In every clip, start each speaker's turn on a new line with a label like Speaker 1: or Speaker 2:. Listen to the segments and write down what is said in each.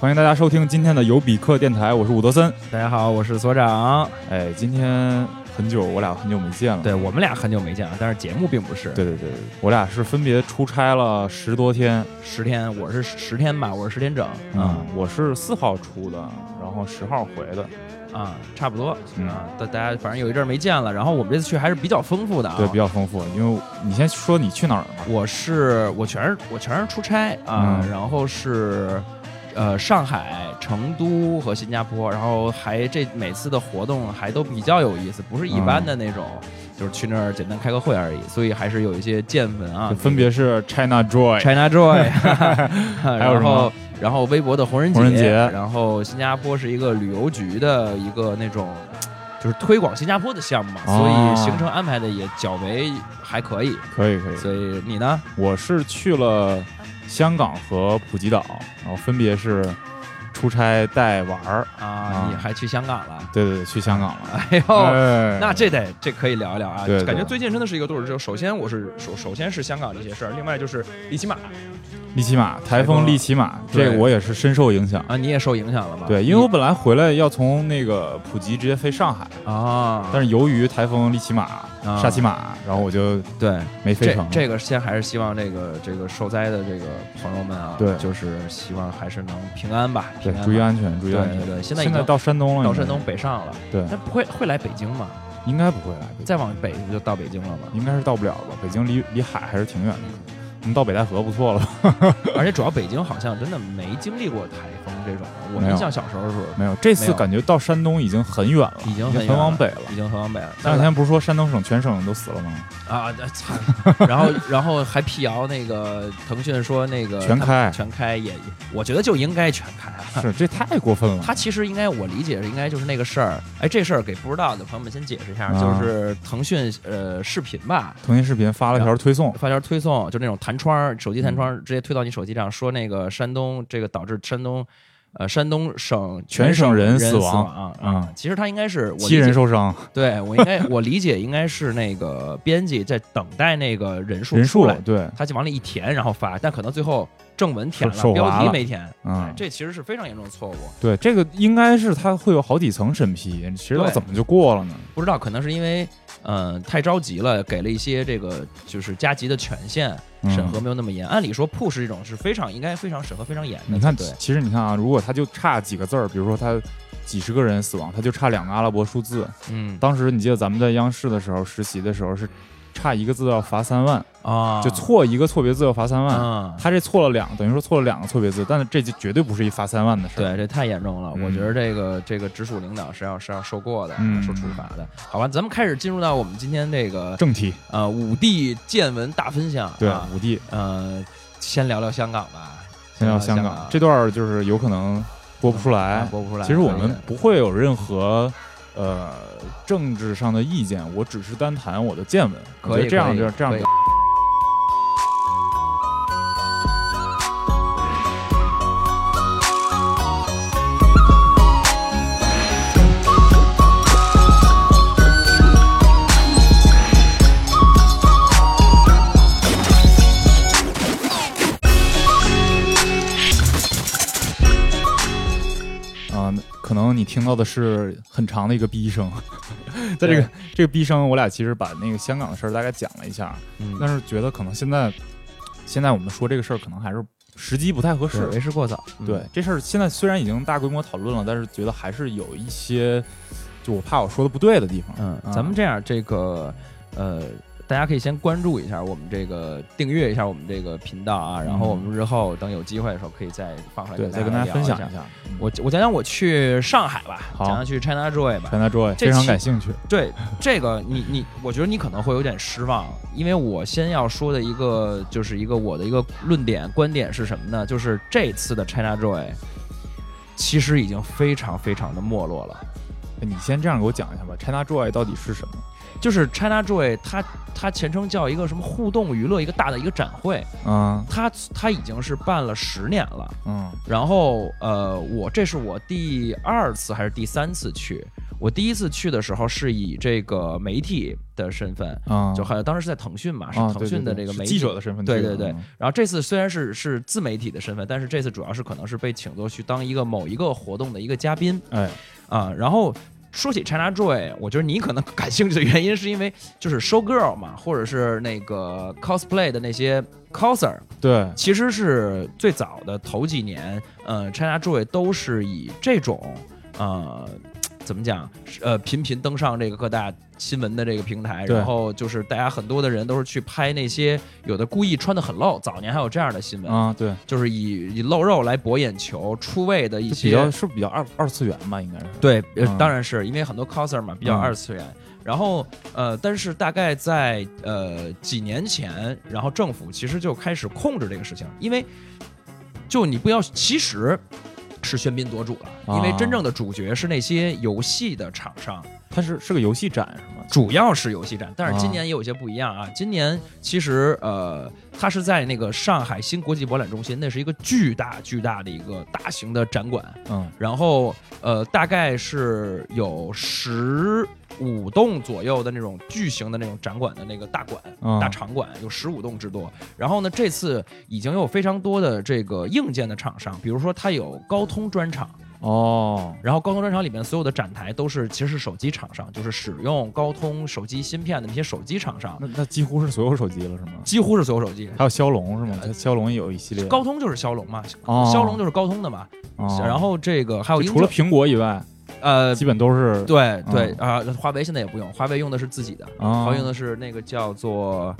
Speaker 1: 欢迎大家收听今天的有比克电台，我是伍德森。
Speaker 2: 大家好，我是所长。
Speaker 1: 哎，今天很久，我俩很久没见了。
Speaker 2: 对我们俩很久没见了，但是节目并不是。
Speaker 1: 对对对，我俩是分别出差了十多天。
Speaker 2: 十天，我是十天吧，我是十天整。
Speaker 1: 嗯，我是四号出的，然后十号回的。
Speaker 2: 啊，差不多
Speaker 1: 嗯
Speaker 2: 啊，大大家反正有一阵儿没见了，然后我们这次去还是比较丰富的啊。
Speaker 1: 对，比较丰富。因为你先说你去哪儿了吧？
Speaker 2: 我是我全是我全是出差啊，
Speaker 1: 嗯
Speaker 2: 然后是呃上海、成都和新加坡，然后还这每次的活动还都比较有意思，不是一般的那种，
Speaker 1: 嗯
Speaker 2: 就是去那儿简单开个会而已，所以还是有一些见闻啊
Speaker 1: 就。分别是 China Joy，
Speaker 2: China Joy，
Speaker 1: 哎 还有什
Speaker 2: 然
Speaker 1: 么
Speaker 2: 后然后微博的红人
Speaker 1: 红人节
Speaker 2: 然后新加坡是一个旅游局的一个那种。就是推广新加坡的项目嘛，所
Speaker 1: 哦
Speaker 2: 以行程安排的也较为还可以。
Speaker 1: 可以可以。
Speaker 2: 所以你呢？
Speaker 1: 我是去了香港和普吉岛，然后分别是出差带娃儿。
Speaker 2: 啊，你还去香港了？
Speaker 1: 对对对，去香港了。
Speaker 2: 哎呦，
Speaker 1: 哎
Speaker 2: 那这得这可以聊一聊啊。
Speaker 1: 对对
Speaker 2: 感觉最近真的是一个斗志之首先我是首首先是香港这些事儿，另外就是利奇马
Speaker 1: 利奇
Speaker 2: 嗯
Speaker 1: 马台风利奇马，
Speaker 2: 啊对
Speaker 1: 这个我也是深受影响。
Speaker 2: 啊，你也受影响了吧？
Speaker 1: 对，因为我本来回来要从那个普吉直接飞上海，
Speaker 2: 你啊，
Speaker 1: 但是由于台风利奇马、沙琪马，然后我就
Speaker 2: 对
Speaker 1: 没飞
Speaker 2: 这
Speaker 1: 成。
Speaker 2: 啊这个先还是希望这个这个受灾的这个朋友们啊，
Speaker 1: 对
Speaker 2: 就是希望还是能平安吧，
Speaker 1: 对
Speaker 2: 平，安吧。
Speaker 1: 注意安全，注意
Speaker 2: 对
Speaker 1: 安
Speaker 2: 啊对
Speaker 1: 全。
Speaker 2: 对，现在已
Speaker 1: 现在
Speaker 2: 经
Speaker 1: 到山东了，
Speaker 2: 到
Speaker 1: 应该
Speaker 2: 山东北上了，
Speaker 1: 对，
Speaker 2: 那不会会来北京吗？
Speaker 1: 应该不会来，北京
Speaker 2: 再往北不就到北京了吗？
Speaker 1: 应该是到不了吧？北京离离海还是挺远的，我们到北戴河不错了吧？
Speaker 2: 而且主要北京好像真的没经历过台风这种，我
Speaker 1: 没有
Speaker 2: 印象小时候的时候
Speaker 1: 没有，这次
Speaker 2: 没有
Speaker 1: 感觉到山东已经很远了，
Speaker 2: 已经很
Speaker 1: 很
Speaker 2: 远
Speaker 1: 往
Speaker 2: 了
Speaker 1: 北了
Speaker 2: 已。经很往北了。
Speaker 1: 前两天不是说山东省全省人都死了吗？
Speaker 2: 啊，那操！然后然后还辟谣那个腾讯说那个
Speaker 1: 全开，
Speaker 2: 全开也，我觉得就应该全开啊。
Speaker 1: 是这太过分了。
Speaker 2: 他其实应该，我理解是应该就是那个事儿。哎，这事儿给不知道的朋友们先解释一下，
Speaker 1: 啊
Speaker 2: 就是腾讯呃视频吧，
Speaker 1: 腾讯视频发了条推送，
Speaker 2: 发条推送，就那种弹窗儿，手机弹窗儿直接推到你手机上，说那个山东这个导致山东，呃，山东省
Speaker 1: 全省
Speaker 2: 省
Speaker 1: 人
Speaker 2: 人
Speaker 1: 死
Speaker 2: 死
Speaker 1: 亡
Speaker 2: 啊、
Speaker 1: 嗯
Speaker 2: 其实他应该是我
Speaker 1: 七
Speaker 2: 理
Speaker 1: 人
Speaker 2: 解，
Speaker 1: 受伤，
Speaker 2: 对我应该我理解应该是那个编辑在等待那个人数
Speaker 1: 人
Speaker 2: 出
Speaker 1: 数
Speaker 2: 来，
Speaker 1: 对，
Speaker 2: 他就往里一填，然后发，但可能最后正文填
Speaker 1: 手手
Speaker 2: 了，标
Speaker 1: 滑
Speaker 2: 题
Speaker 1: 了
Speaker 2: 没填，哎
Speaker 1: 嗯，
Speaker 2: 这其实是非常严重的错误。
Speaker 1: 对，这个应该是它会有好几层审批，其实它
Speaker 2: 对
Speaker 1: 怎么就过了呢？
Speaker 2: 不知道，可能是因为嗯、呃太着急了，给了一些这个就是加急的权限，
Speaker 1: 嗯
Speaker 2: 审核没有那么严。按理说 push 这种是非常应该非常审核非常严的。
Speaker 1: 你看，
Speaker 2: 对
Speaker 1: 其其实你看啊，如果它就差几个字儿，比如说它几十个人死亡，它就差两个阿拉伯数字。
Speaker 2: 嗯
Speaker 1: 当时你记得咱们在央视的时候实习的时候是差一个字要罚三万，
Speaker 2: 啊，
Speaker 1: 就错一个错别字要罚三万。
Speaker 2: 啊，
Speaker 1: 他这错了两个，等于说错了两个错别字，但是这就绝对不是一罚三万的事儿。
Speaker 2: 对，这太严重了。
Speaker 1: 嗯
Speaker 2: 我觉得这个这个直属领导是要是要受过的，
Speaker 1: 嗯
Speaker 2: 受处罚的。好吧，咱们开始进入到我们今天这个
Speaker 1: 正题，
Speaker 2: 呃五地见闻大分享。
Speaker 1: 对
Speaker 2: 啊，
Speaker 1: 五 D
Speaker 2: 呃，先聊聊香港吧。
Speaker 1: 先聊
Speaker 2: 香
Speaker 1: 香港这段儿就是有可能播不出来
Speaker 2: 啊，播不出来。
Speaker 1: 其实我们
Speaker 2: 可以
Speaker 1: 不会有任何呃政治上的意见，我只是单谈我的见闻。我
Speaker 2: 可
Speaker 1: 觉
Speaker 2: 以
Speaker 1: 得这样
Speaker 2: 可
Speaker 1: 就
Speaker 2: 以
Speaker 1: 这样
Speaker 2: 可以
Speaker 1: 就。啊、可能你听到的是很长的一个逼声， 在这个这个逼声，我俩其实把那个香港的事儿大概讲了一下，
Speaker 2: 嗯
Speaker 1: 但是觉得可能现在现在我们说这个事儿，可能还是时机不太合
Speaker 2: 是
Speaker 1: 适。
Speaker 2: 为时过早。嗯
Speaker 1: 对，这事儿现在虽然已经大规模讨论了，但是觉得还是有一些，就我怕我说的不对的地方。
Speaker 2: 嗯
Speaker 1: 啊，
Speaker 2: 咱们这样，这个呃，大家可以先关注一下我们这个，订阅一下我们这个频道啊，然后我们日后等有机会的时候可以再放出来，
Speaker 1: 嗯对再跟大
Speaker 2: 大
Speaker 1: 家分享
Speaker 2: 聊一
Speaker 1: 一
Speaker 2: 下。
Speaker 1: 下。嗯
Speaker 2: 我我讲讲我去上海吧，
Speaker 1: 好
Speaker 2: 讲讲去 China Joy 吧。
Speaker 1: 传达诸位
Speaker 2: 这
Speaker 1: 非常
Speaker 2: 期
Speaker 1: 感兴趣。
Speaker 2: 对这个你，你我觉得你可能会有点失望，因为我先要说的一个就是一个我的一个论点观点是什么呢？就是这次的 China Joy 其实已经非常非常的没落了。
Speaker 1: 你先这样给我讲一下吧，China Joy 到底是什么？
Speaker 2: 就是 China Joy，它它前称叫一个什么互动娱乐一个大的一个展会，
Speaker 1: 嗯
Speaker 2: 它它已经是办了十年了。
Speaker 1: 嗯
Speaker 2: 然后呃，我这是我第二次还是第三次去，我第一次去的时候是以这个媒体的身份，
Speaker 1: 啊，
Speaker 2: 嗯就还有当时是在腾讯嘛，是
Speaker 1: 啊
Speaker 2: 腾讯的这个媒体
Speaker 1: 记者的身份去
Speaker 2: 对
Speaker 1: 的，
Speaker 2: 对对
Speaker 1: 嗯，
Speaker 2: 然后这次虽然是是自媒体的身份，但是这次主要是可能是被请过去当一个某一个活动的一个嘉宾
Speaker 1: 哎，
Speaker 2: 啊。然后说起 China Joy，我觉得你可能感兴趣的原因是因为就是 Show Girl 嘛，或者是那个 cosplay 的那些 coser，
Speaker 1: 对，
Speaker 2: 其实是最早的头几年，呃，China Joy 都是以这种呃。怎么讲？呃，频频登上这个各大新闻的这个平台，
Speaker 1: 对
Speaker 2: 然后就是大家很多的人都是去拍那些有的故意穿的很露，早年还有这样的新闻，
Speaker 1: 啊，对，
Speaker 2: 就是以以露肉来博眼球、出位的一
Speaker 1: 就
Speaker 2: 些
Speaker 1: 比较是比较二二次元吧，应该是，
Speaker 2: 对，呃
Speaker 1: 嗯
Speaker 2: 当然是因为很多 coser 嘛，比较
Speaker 1: 嗯
Speaker 2: 二次元。然后呃，但是大概在呃几年前，然后政府其实就开始控制这个事情，因为就你不要，其实是喧宾夺主了，因为
Speaker 1: 啊
Speaker 2: 真正的主角是那些游戏的厂商。
Speaker 1: 它是是个游戏展是吗？
Speaker 2: 主要是游戏展，但是今
Speaker 1: 啊
Speaker 2: 年也有一些不一样啊。今年其实呃，它是在那个上海新国际博览中心，那是一个巨大巨大的一个大型的展馆。
Speaker 1: 嗯，
Speaker 2: 然后呃，大概是有十五栋左右的那种巨型的那种展馆的那个大馆、
Speaker 1: 嗯
Speaker 2: 大场馆，有十五栋之多。然后呢，这次已经有非常多的这个硬件的厂商，比如说它有高通专场，
Speaker 1: 哦，
Speaker 2: 然后高通专场里面所有的展台都是其实是手机厂商，就是使用高通手机芯片的那些手机厂商，
Speaker 1: 那那几乎是所有手机了是吗？
Speaker 2: 几乎是所有手机。
Speaker 1: 嗯还有骁龙是吗？它骁龙也有一系列，
Speaker 2: 呃高通就是骁龙嘛，
Speaker 1: 哦
Speaker 2: 骁龙就是高通的嘛。
Speaker 1: 哦
Speaker 2: 然后这个还有
Speaker 1: 就除了苹果以外，
Speaker 2: 呃
Speaker 1: 基本都是
Speaker 2: 对对
Speaker 1: 嗯
Speaker 2: 啊、华为现在也不用，华为用的是自己的，
Speaker 1: 啊
Speaker 2: 华为用的是那个叫做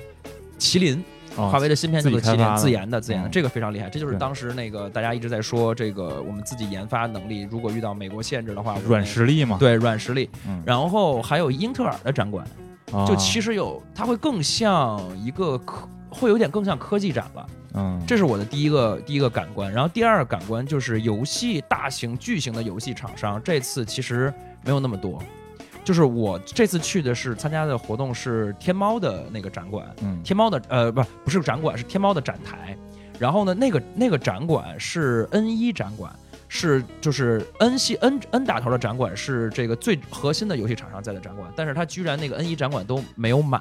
Speaker 2: 麒麟，
Speaker 1: 啊
Speaker 2: 华为的芯片叫做
Speaker 1: 自己
Speaker 2: 麒
Speaker 1: 开
Speaker 2: 麟，
Speaker 1: 发的
Speaker 2: 自研的自研的，
Speaker 1: 嗯
Speaker 2: 这个非常厉害。这就是
Speaker 1: 对
Speaker 2: 当时那个大家一直在说，这个我们自己研发能力，如果遇到美国限制的话，我们
Speaker 1: 软实力嘛，
Speaker 2: 对软实力。
Speaker 1: 嗯，哦
Speaker 2: 然后还有英特尔的展馆，
Speaker 1: 啊
Speaker 2: 就其实有它会更像一个科，会有点更像科技展了。
Speaker 1: 嗯，
Speaker 2: 这是我的第一个第一个感官，然后第二个感官就是游戏大型巨型的游戏厂商，这次其实没有那么多。就是我这次去的是参加的活动是天猫的那个展馆，
Speaker 1: 嗯
Speaker 2: 天猫的呃不不是展馆是天猫的展台，然后呢那个那个展馆是 N 一展馆，是就是 N 系 N N 打头的展馆是这个最核心的游戏厂商在的展馆，但是它居然那个 N 一展馆都没有满，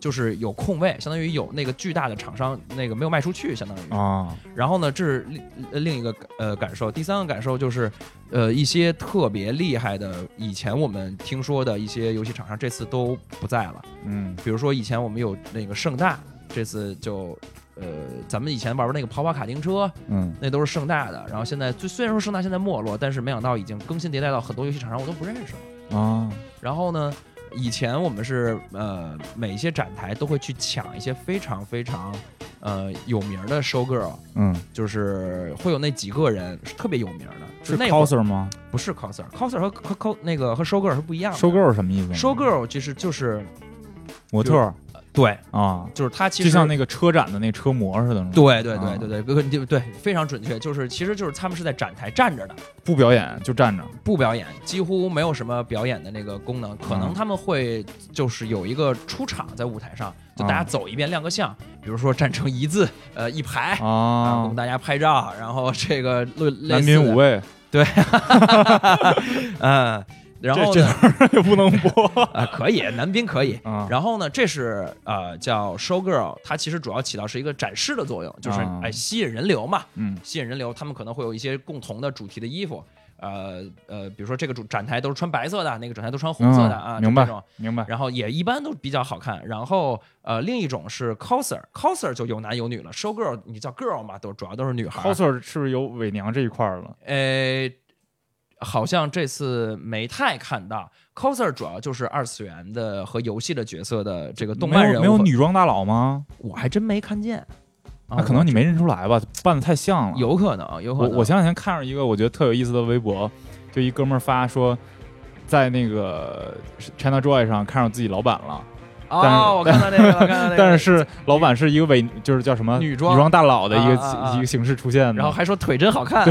Speaker 2: 就是有空位，相当于有那个巨大的厂商那个没有卖出去，相当于
Speaker 1: 啊
Speaker 2: 然后呢，这是另呃另一个呃感受，第三个感受就是，呃，一些特别厉害的，以前我们听说的一些游戏厂商，这次都不在了。
Speaker 1: 嗯
Speaker 2: 比如说以前我们有那个盛大，这次就呃，咱们以前玩的那个跑跑卡丁车，
Speaker 1: 嗯
Speaker 2: 那都是盛大的。然后现在就虽然说盛大现在没落，但是没想到已经更新迭代到很多游戏厂商我都不认识了。
Speaker 1: 啊
Speaker 2: 然后呢，以前我们是呃每一些展台都会去抢一些非常非常呃有名儿的 show girl。
Speaker 1: 嗯，
Speaker 2: 就是会有那几个人是特别有名的，
Speaker 1: 是
Speaker 2: 就那会儿
Speaker 1: coser 吗？
Speaker 2: 不是 coser，coser 和和 co 那个和收 girl 是不一样的。
Speaker 1: 收购是什么意思呢？
Speaker 2: 收 girl 其实就是
Speaker 1: 模特儿
Speaker 2: 对，
Speaker 1: 啊，
Speaker 2: 就是他其实
Speaker 1: 就像那个车展的那车模似的，是吗
Speaker 2: 对对
Speaker 1: 啊
Speaker 2: 对对对对对对，非常准确，就是其实就是他们是在展台站着的，
Speaker 1: 不表演就站着
Speaker 2: 不表演，几乎没有什么表演的那个功能，可能
Speaker 1: 嗯
Speaker 2: 他们会就是有一个出场在舞台上，就
Speaker 1: 啊
Speaker 2: 大家走一遍亮个相，比如说站成一字，呃一排。 啊，
Speaker 1: 啊
Speaker 2: 供，大家拍照，然后这个类类
Speaker 1: 男
Speaker 2: 似
Speaker 1: 宾
Speaker 2: 的
Speaker 1: 五，位，
Speaker 2: 嗯，然后
Speaker 1: 这
Speaker 2: 呢
Speaker 1: 这段儿也不能 播
Speaker 2: 啊，可以，男宾可以。
Speaker 1: 啊
Speaker 2: 然后呢，这是呃叫 show girl，它其实主要起到是一个展示的作用，就是
Speaker 1: 啊
Speaker 2: 哎吸引人流嘛，
Speaker 1: 嗯
Speaker 2: 吸引人流，他们可能会有一些共同的主题的衣服，呃呃，比如说这个主展台都是穿白色的，那个展台都穿红色的
Speaker 1: 嗯
Speaker 2: 啊，
Speaker 1: 明
Speaker 2: 就
Speaker 1: 白
Speaker 2: 这种，
Speaker 1: 明白
Speaker 2: 然后也一般都比较好看。然后呃，另一种是 coser，coser 就有男有女了，show girl 你叫 girl 嘛，都主要都是女孩儿。
Speaker 1: coser 是不是有伪娘这一块儿了？
Speaker 2: 呃，好像这次没太看到 coser，主要就是二次元的和游戏的角色的这个动漫
Speaker 1: 没
Speaker 2: 人
Speaker 1: 有
Speaker 2: 物，
Speaker 1: 没有，女装大佬吗？
Speaker 2: 我还真没看见。啊
Speaker 1: 那可能你没认出来吧，扮的太像了。
Speaker 2: 有可能，有可
Speaker 1: 我
Speaker 2: 能，
Speaker 1: 我前两天看着一个我觉得特有意思的微博，就一哥们儿发说，在那个 China Joy 上看上自己老板了，但是
Speaker 2: 哦，我看到那个了，我看到那个，
Speaker 1: 但是是老板是一个伪，就是叫什么
Speaker 2: 女装
Speaker 1: 大佬的一个、
Speaker 2: 啊啊啊
Speaker 1: 一个形式出现的，
Speaker 2: 然后还说腿真好看。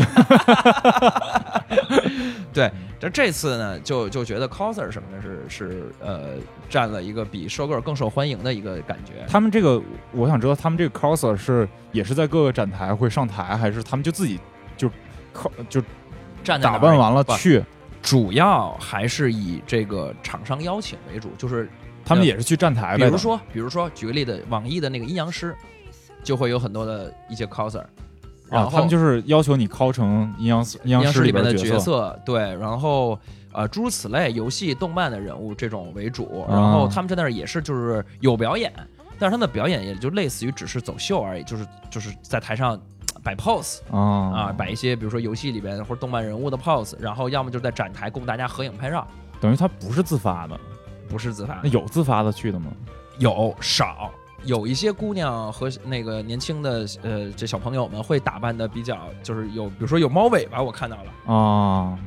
Speaker 2: 对，这这次呢，就就觉得 coser 什么的是是呃，占了一个比 showgirl 更受欢迎的一个感觉。
Speaker 1: 他们这个我想知道他们这个 coser 是也是在各个展台会上台，还是他们就自己就 cos 就
Speaker 2: 站在
Speaker 1: 打
Speaker 2: 哪儿
Speaker 1: 扮完了
Speaker 2: 不
Speaker 1: 去
Speaker 2: 主要还是以这个厂商邀请为主，就是
Speaker 1: 他们也是去站台
Speaker 2: 比
Speaker 1: 的。
Speaker 2: 如说，比如说举个例子，网易的那个阴阳师，就会有很多的一些 coser，然
Speaker 1: 啊
Speaker 2: 后，
Speaker 1: 他们就是要求你拷成阴阳阴阳
Speaker 2: 阴阳
Speaker 1: 师
Speaker 2: 师里
Speaker 1: 边
Speaker 2: 面的
Speaker 1: 角
Speaker 2: 角色，对，然后呃诸如此类，游戏、动漫的人物这种为主，
Speaker 1: 啊
Speaker 2: 然后他们在那儿也是就是有表演，但是他们的表演也就类似于只是走秀而已，就是就是在台上呃摆 pose
Speaker 1: 啊
Speaker 2: 啊，摆一些比如说游戏里边或者动漫人物的 pose，然后要么就是在展台供大家合影拍照，
Speaker 1: 等于他不是自发的。
Speaker 2: 不是自发
Speaker 1: 那，有自发的去的吗？
Speaker 2: 哎有少。有一些姑娘和那个年轻的呃，这小朋友们会打扮的比较，就是有，比如说有猫尾巴，我看到了，
Speaker 1: 啊，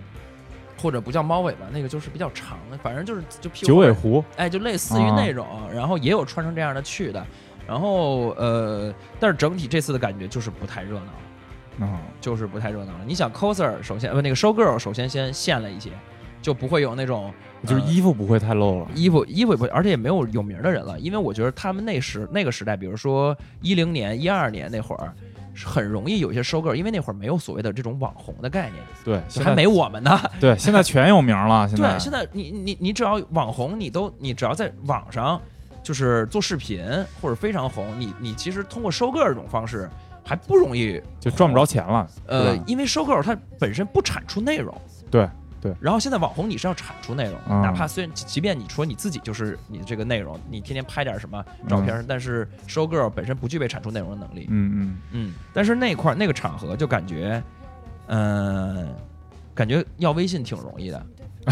Speaker 2: 或者不叫猫尾巴，那个就是比较长的，反正就是就屁股
Speaker 1: 九尾狐啊
Speaker 2: 哎，就类似于那种，然后也有穿成这样的去的，然后呃，但是整体这次的感觉就是不太热闹，
Speaker 1: 啊，
Speaker 2: 就是不太热闹了。你想，coser 首先呃那个 show girl 首先先现了一些，就不会有那种
Speaker 1: 就是
Speaker 2: 呃
Speaker 1: 衣服不会太露了。
Speaker 2: 衣服衣服也不，而且也没有有名的人了，因为我觉得他们那时那个时代，比如说一零年、一二年那会儿，是很容易有一些 show girl，因为那会儿没有所谓的这种网红的概念，
Speaker 1: 对，
Speaker 2: 就
Speaker 1: 现
Speaker 2: 还
Speaker 1: 在
Speaker 2: 没我们呢。
Speaker 1: 对，现在全有名了。现
Speaker 2: 对，
Speaker 1: 在
Speaker 2: 现在你你你只要网红，你都你只要在网上就是做视频或者非常红，你你其实通过收割这种方式还不容易，
Speaker 1: 就赚不着钱了。
Speaker 2: 呃
Speaker 1: 是吧，
Speaker 2: 因为收割它本身不产出内容。
Speaker 1: 对对。
Speaker 2: 然后现在网红你是要产出内容，
Speaker 1: 嗯
Speaker 2: 哪怕虽然即即便你说你自己就是你这个内容，你天天拍点什么照片，但是收割本身不具备产出内容的能力。
Speaker 1: 嗯嗯，
Speaker 2: 嗯，但是那块儿那个场合就感觉，嗯、感觉要微信挺容易的。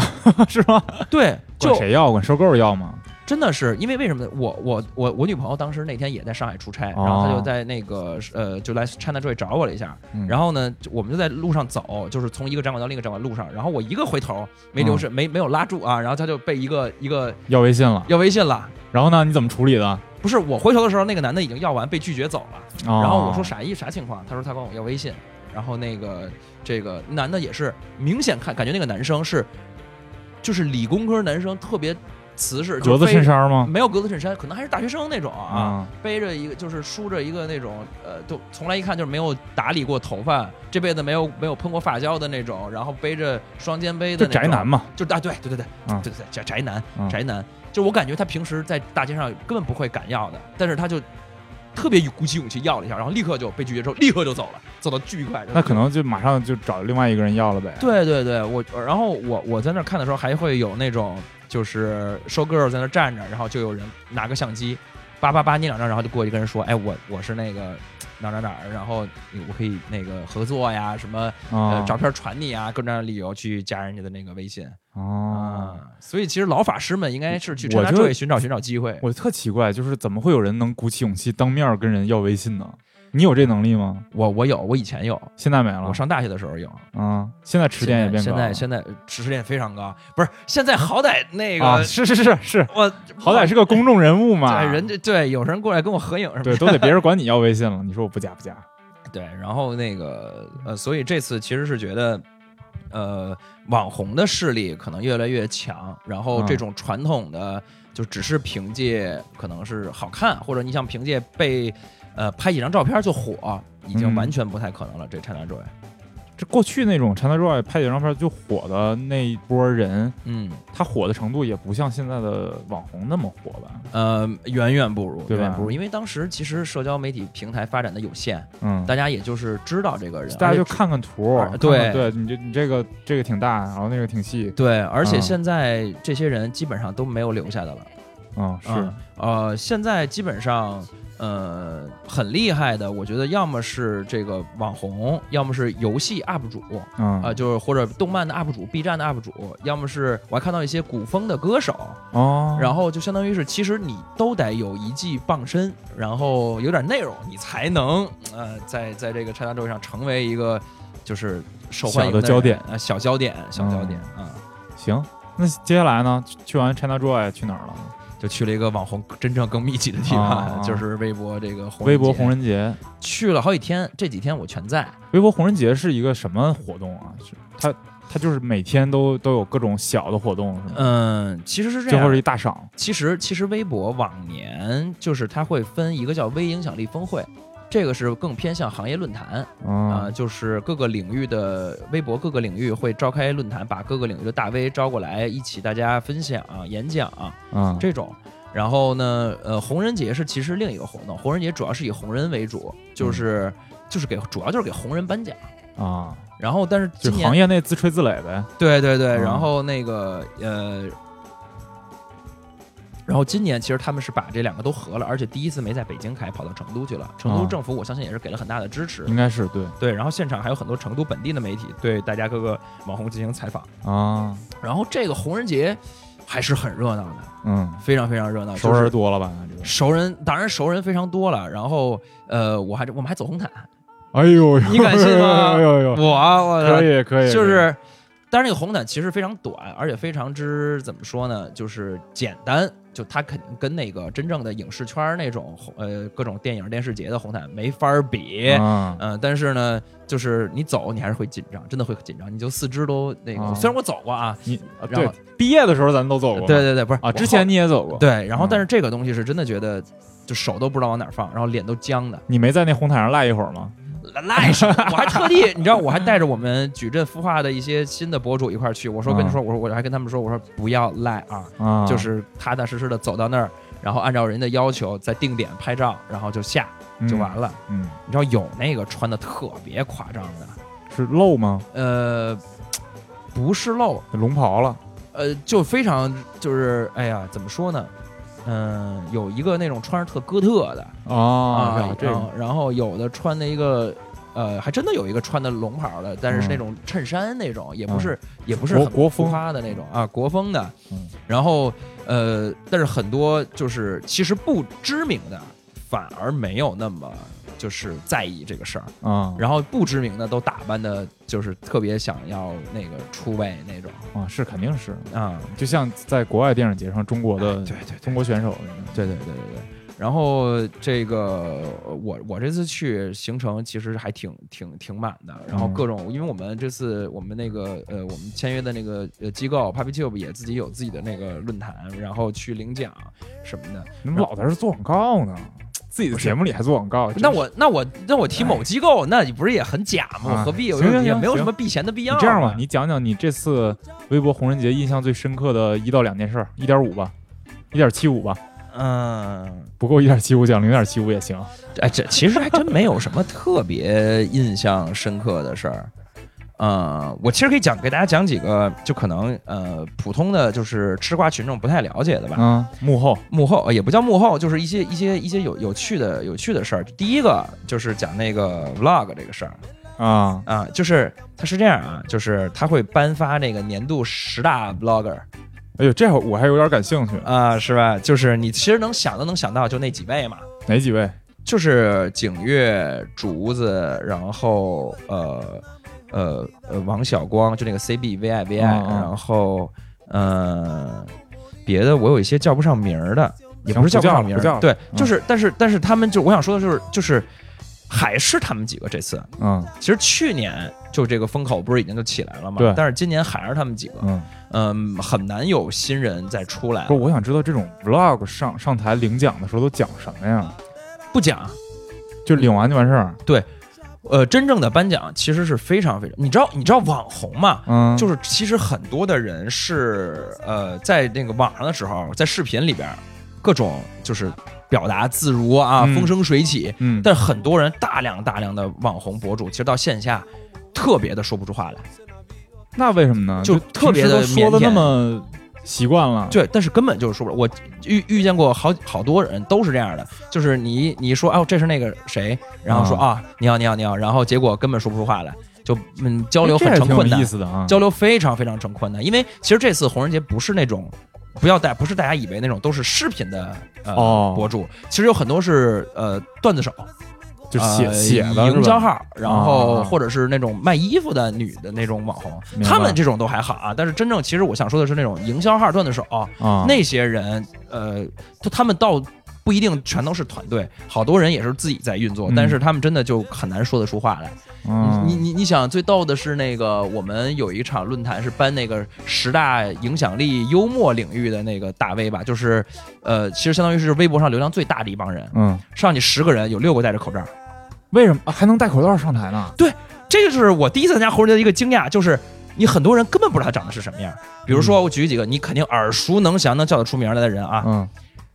Speaker 1: 是吗？
Speaker 2: 对，就
Speaker 1: 管谁要？管收购要吗？
Speaker 2: 真的是因为为什么呢？我我我我女朋友当时那天也在上海出差，
Speaker 1: 哦
Speaker 2: 然后她就在那个呃，就来 China Joy 找我了一下。
Speaker 1: 嗯
Speaker 2: 然后呢，就我们就在路上走，就是从一个展馆到另一个展馆路上。然后我一个回头没
Speaker 1: 嗯
Speaker 2: 留神，没没有拉住啊，然后她就被一个一个
Speaker 1: 要微信了。
Speaker 2: 要微信了。
Speaker 1: 然后呢？你怎么处理的？啊
Speaker 2: 不是我回头的时候，那个男的已经要完被拒绝走了。
Speaker 1: 然
Speaker 2: 然后我说啥意啥情况？他说他管我要微信。然后那个这个男的也是明显看感觉那个男生是就是理工科男生，特别瓷实，就
Speaker 1: 格子
Speaker 2: 非
Speaker 1: 衬衫吗？
Speaker 2: 没有格子衬衫，可能还是大学生那种啊，
Speaker 1: 啊
Speaker 2: 背着一个就是梳着一个那种呃，都从来一看就是没有打理过头发，这辈子没有没有喷过发胶的那种，然后背着双肩背
Speaker 1: 就
Speaker 2: 的那种
Speaker 1: 宅男，嘛。
Speaker 2: 就啊对对对对、
Speaker 1: 嗯
Speaker 2: 对对对宅宅男、
Speaker 1: 嗯
Speaker 2: 宅男，就我感觉他平时在大街上根本不会敢要的，但是他就特别鼓起勇气要了一下，然后立刻就被拒绝之后立刻就走了，走的巨快，
Speaker 1: 那可能就马上就找另外一个人要了呗。
Speaker 2: 对对对，我然后我我在那儿看的时候，还会有那种就是收割儿在那儿站着，然后就有人拿个相机，叭叭叭捏两张，然后就过去跟人说，哎，我我是那个哪儿哪儿哪儿，然后我可以那个合作呀，什么呃
Speaker 1: 啊，
Speaker 2: 照片传你啊，各种各样的理由去加人家的那个微信
Speaker 1: 哦，
Speaker 2: 啊。所以其实老法师们应该是去
Speaker 1: 我
Speaker 2: 趁他
Speaker 1: 觉
Speaker 2: 这
Speaker 1: 得
Speaker 2: 里寻找寻找机会。
Speaker 1: 我特奇怪，就是怎么会有人能鼓起勇气当面儿跟人要微信呢？你有这能力吗？
Speaker 2: 我我有，我以前有，
Speaker 1: 现在没了。
Speaker 2: 我上大学的时候有。
Speaker 1: 啊，现在迟点也变高
Speaker 2: 现
Speaker 1: 了。
Speaker 2: 在现在呃知识点非常高，不是现在好歹那个、
Speaker 1: 啊，是是是是，
Speaker 2: 我
Speaker 1: 好歹是个公众人物嘛。
Speaker 2: 对，人家对有人过来跟我合影什么
Speaker 1: 对
Speaker 2: 的，
Speaker 1: 都得别人管你要微信了，你说我不加不加？
Speaker 2: 对，然后那个呃，所以这次其实是觉得，呃，网红的势力可能越来越强，然后这
Speaker 1: 嗯
Speaker 2: 种传统的就只是凭借可能是好看，或者你想凭借被呃拍几张照片就火，已经
Speaker 1: 嗯
Speaker 2: 完全不太可能了。这 China Joy，
Speaker 1: 这过去那种 China Joy 拍几张片就火的那一波人，
Speaker 2: 嗯
Speaker 1: 他火的程度也不像现在的网红那么火吧？
Speaker 2: 呃，远远不如，
Speaker 1: 对
Speaker 2: 远远
Speaker 1: 吧
Speaker 2: 不如，因为当时其实社交媒体平台发展的有限，
Speaker 1: 嗯，
Speaker 2: 大家也就是知道这个人，
Speaker 1: 大
Speaker 2: 而且
Speaker 1: 家就看看图
Speaker 2: 而，
Speaker 1: 看看
Speaker 2: 对
Speaker 1: 对，你这你这个这个挺大，然后那个挺细，
Speaker 2: 对，而且
Speaker 1: 嗯
Speaker 2: 现在这些人基本上都没有留下的了。
Speaker 1: 嗯，是，
Speaker 2: 嗯呃，现在基本上，呃，很厉害的，我觉得要么是这个网红，要么是游戏 UP 主，
Speaker 1: 嗯
Speaker 2: 啊、就是或者动漫的 UP 主、B 站的 UP 主，要么是我还看到一些古风的歌手，
Speaker 1: 哦，
Speaker 2: 然后就相当于是，其实你都得有一技傍身，然后有点内容，你才能呃，在在这个 China 周上成为一个就是受欢迎
Speaker 1: 小的焦点嗯
Speaker 2: 人啊，小焦点，小焦点啊、
Speaker 1: 行，那接下来呢？去去完 China Joy 去哪儿了？
Speaker 2: 就去了一个网红真正更密集的地方，
Speaker 1: 啊
Speaker 2: 就是微博这个红人
Speaker 1: 微博
Speaker 2: 节
Speaker 1: 红人节，
Speaker 2: 去了好几天，这几天我全在。
Speaker 1: 微博红人节是一个什么活动啊？是它它就是每天都都有各种小的活动，是吗？
Speaker 2: 嗯，其实是这
Speaker 1: 最后是
Speaker 2: 样。
Speaker 1: 一大赏
Speaker 2: 其实其实微博往年就是它会分一个叫微影响力峰会，这个是更偏向行业论坛啊、
Speaker 1: 啊，
Speaker 2: 就是各个领域的微博，各个领域会召开论坛，把各个领域的大 V 招过来，一起大家分享、啊演讲、
Speaker 1: 嗯，
Speaker 2: 这种。然后呢，呃，红人节是其实另一个活动，红人节主要是以红人为主，就是、
Speaker 1: 嗯
Speaker 2: 就是给主要就是给红人颁奖。
Speaker 1: 啊，
Speaker 2: 然后，但是
Speaker 1: 就
Speaker 2: 今
Speaker 1: 是
Speaker 2: 年
Speaker 1: 行业内自吹自擂呗，
Speaker 2: 对对对，
Speaker 1: 嗯
Speaker 2: 然后那个呃，然后今年其实他们是把这两个都合了，而且第一次没在北京开，跑到成都去了。成都
Speaker 1: 啊
Speaker 2: 政府我相信也是给了很大的支持，
Speaker 1: 应该是对
Speaker 2: 对。然后现场还有很多成都本地的媒体对大家各个网红进行采访。
Speaker 1: 啊，
Speaker 2: 然后这个红人节还是很热闹的，
Speaker 1: 嗯，
Speaker 2: 非常非常热闹，
Speaker 1: 熟
Speaker 2: 啊就是
Speaker 1: 人多了吧？那这个，
Speaker 2: 熟人，当然熟人非常多了。然后呃，我还我们还走红毯，
Speaker 1: 哎呦，
Speaker 2: 你敢信吗
Speaker 1: 哎呦哎呦 哎
Speaker 2: 我我
Speaker 1: 呦，可以可以，
Speaker 2: 就
Speaker 1: 可以
Speaker 2: 是，但是那个红毯其实非常短，而且非常之怎么说呢，就是简单。就它肯定跟那个真正的影视圈儿那种红呃各种电影电视节的红毯没法儿比。嗯、
Speaker 1: 啊
Speaker 2: 但是呢，就是你走，你还是会紧张，真的会紧张，你就四肢都那个。
Speaker 1: 啊
Speaker 2: 虽然我走过啊，
Speaker 1: 你啊
Speaker 2: 然
Speaker 1: 对
Speaker 2: 后
Speaker 1: 毕业的时候咱都走过嘛，
Speaker 2: 对对对，不是
Speaker 1: 啊，
Speaker 2: 我
Speaker 1: 之前你也走过，
Speaker 2: 后，对，然后
Speaker 1: 嗯
Speaker 2: 但是这个东西是真的觉得，就手都不知道往哪儿放，然后脸都僵的，
Speaker 1: 你没在那红毯上赖一会儿吗？
Speaker 2: 赖什么？我还特地，你知道，我还带着我们矩阵孵化的一些新的博主一块儿去。我说跟你说，我说我还跟他们说，我说不要赖啊，
Speaker 1: 啊，
Speaker 2: 就是踏踏实实的走到那儿，然后按照人的要求在定点拍照，然后就下就完了。
Speaker 1: 嗯，嗯，
Speaker 2: 你知道有那个穿的特别夸张的，
Speaker 1: 是露吗？
Speaker 2: 呃，不是露，
Speaker 1: 龙袍了
Speaker 2: 呃，就非常就是哎呀，怎么说呢？嗯、有一个那种穿着特哥特的，然
Speaker 1: 啊，是
Speaker 2: 后
Speaker 1: 吧这个
Speaker 2: 然后有的穿的一个。呃，还真的有一个穿的龙袍的，但是是那种衬衫那种，也不是、也不是
Speaker 1: 国
Speaker 2: 很
Speaker 1: 国风
Speaker 2: 浮夸的那种啊，国风的。
Speaker 1: 嗯
Speaker 2: 然后呃，但是很多就是其实不知名的，反而没有那么就是在意这个事儿。
Speaker 1: 啊
Speaker 2: 然后不知名的都打扮的，就是特别想要那个出位那种
Speaker 1: 啊，是肯定是，
Speaker 2: 啊。
Speaker 1: 就像在国外电影节上，中国的
Speaker 2: 哎对对
Speaker 1: 中国选手，
Speaker 2: 对对对对对。然后这个我我这次去行程其实还挺挺挺满的，然后
Speaker 1: 嗯
Speaker 2: 各种，因为我们这次我们那个呃我们签约的那个呃机构 Papi Tube 也自己有自己的那个论坛，然后去领奖什么的。
Speaker 1: 你们老在这做广告呢？自己的节目里还做广告？真
Speaker 2: 那
Speaker 1: 是
Speaker 2: 我那我那我提某机构，那你不是也很假吗？
Speaker 1: 啊
Speaker 2: 我何必？
Speaker 1: 行
Speaker 2: 我
Speaker 1: 行
Speaker 2: 也
Speaker 1: 行
Speaker 2: 没有什
Speaker 1: 行
Speaker 2: 么避嫌的必要。啊
Speaker 1: 你这样吧，你讲讲你这次微博红人节印象最深刻的一到两件事儿，一点五吧，一点七五吧，
Speaker 2: 嗯。
Speaker 1: 不够一点七五讲零点七五也行。
Speaker 2: 哎，这其实还真没有什么特别印象深刻的事儿。嗯，我其实可以讲给大家讲几个，就可能呃普通的就是吃瓜群众不太了解的吧。
Speaker 1: 嗯，幕后
Speaker 2: 幕后呃也不叫幕后，就是一些一些一些有有趣的有趣的事儿。第一个就是讲那个 vlog 这个事儿
Speaker 1: 啊
Speaker 2: 啊、就是它是这样啊，就是他会颁发那个年度十大 vlogger
Speaker 1: 哎呦，这会儿我还有点感兴趣，
Speaker 2: 啊、是吧？就是你其实能想都能想到，就那几位嘛。
Speaker 1: 哪几位？
Speaker 2: 就是景岳、竹子，然后呃呃呃王小光，就那个 CBVIVI，、
Speaker 1: 嗯嗯
Speaker 2: 然后呃别的我有一些叫不上名儿的，也不是叫
Speaker 1: 行不叫
Speaker 2: 上
Speaker 1: 了
Speaker 2: 名
Speaker 1: 不叫
Speaker 2: 儿，
Speaker 1: 了
Speaker 2: 对，
Speaker 1: 嗯
Speaker 2: 就是但是但是他们就我想说的就是就是还是他们几个这次，
Speaker 1: 嗯
Speaker 2: 其实去年就这个风口不是已经就起来了嘛，
Speaker 1: 对
Speaker 2: 但是今年还是他们几个，
Speaker 1: 嗯，
Speaker 2: 嗯，很难有新人再出来
Speaker 1: 不是，我想知道这种 vlog 上上台领奖的时候都讲什么呀？
Speaker 2: 不讲。
Speaker 1: 就领完就完事儿？
Speaker 2: 呃，真正的颁奖其实是非常非常，你知道你知道网红嘛，
Speaker 1: 嗯，
Speaker 2: 就是是其实很多的人是呃，在那个网上的时候，在视频里边儿，各种就是表达自如啊，
Speaker 1: 嗯
Speaker 2: 风生水起。
Speaker 1: 嗯，
Speaker 2: 但很多人大量大量的网红博主，其实到线下特别的说不出话来，
Speaker 1: 那为什么呢？
Speaker 2: 就特别的
Speaker 1: 平时都说的
Speaker 2: 腼腆
Speaker 1: 那么习惯了，
Speaker 2: 对，但是根本就是说不了。我遇遇见过好好多人都是这样的，就是你你说哦，这是那个谁，然后说啊你好你好你好，然后结果根本说不出话来，就嗯交流
Speaker 1: 哎这
Speaker 2: 很
Speaker 1: 还
Speaker 2: 成
Speaker 1: 挺有
Speaker 2: 困难
Speaker 1: 意。思的啊。
Speaker 2: 交流非常非常成困难，因为其实这次红人节不是那种。不要带，不是大家以为那种都是视频的呃、
Speaker 1: 哦
Speaker 2: 博主，其实有很多是呃段子手，
Speaker 1: 就写
Speaker 2: 呃
Speaker 1: 写的
Speaker 2: 营
Speaker 1: 是
Speaker 2: 销
Speaker 1: 吧？
Speaker 2: 号，然后
Speaker 1: 啊
Speaker 2: 或者是那种卖衣服的女的那种网红，
Speaker 1: 明白
Speaker 2: 他们这种都还好啊。但是真正其实我想说的是那种营销号段子手、
Speaker 1: 啊，
Speaker 2: 那些人，呃，他他们倒不一定全都是团队，好多人也是自己在运作，
Speaker 1: 嗯
Speaker 2: 但是他们真的就很难说得出话来。
Speaker 1: 嗯
Speaker 2: 你你你想最逗的是那个，我们有一场论坛是颁那个十大影响力幽默领域的那个大 V 吧，就是呃，其实相当于是微博上流量最大的一帮人，
Speaker 1: 嗯
Speaker 2: 上去十个人有六个戴着口罩，
Speaker 1: 为什么、啊还能戴口罩上台呢？
Speaker 2: 这个是我第一次参加活人节的一个惊讶，就是你很多人根本不知道他长得是什么样。比如说，我举几个你肯定耳熟能详、能叫得出名来的人啊，
Speaker 1: 嗯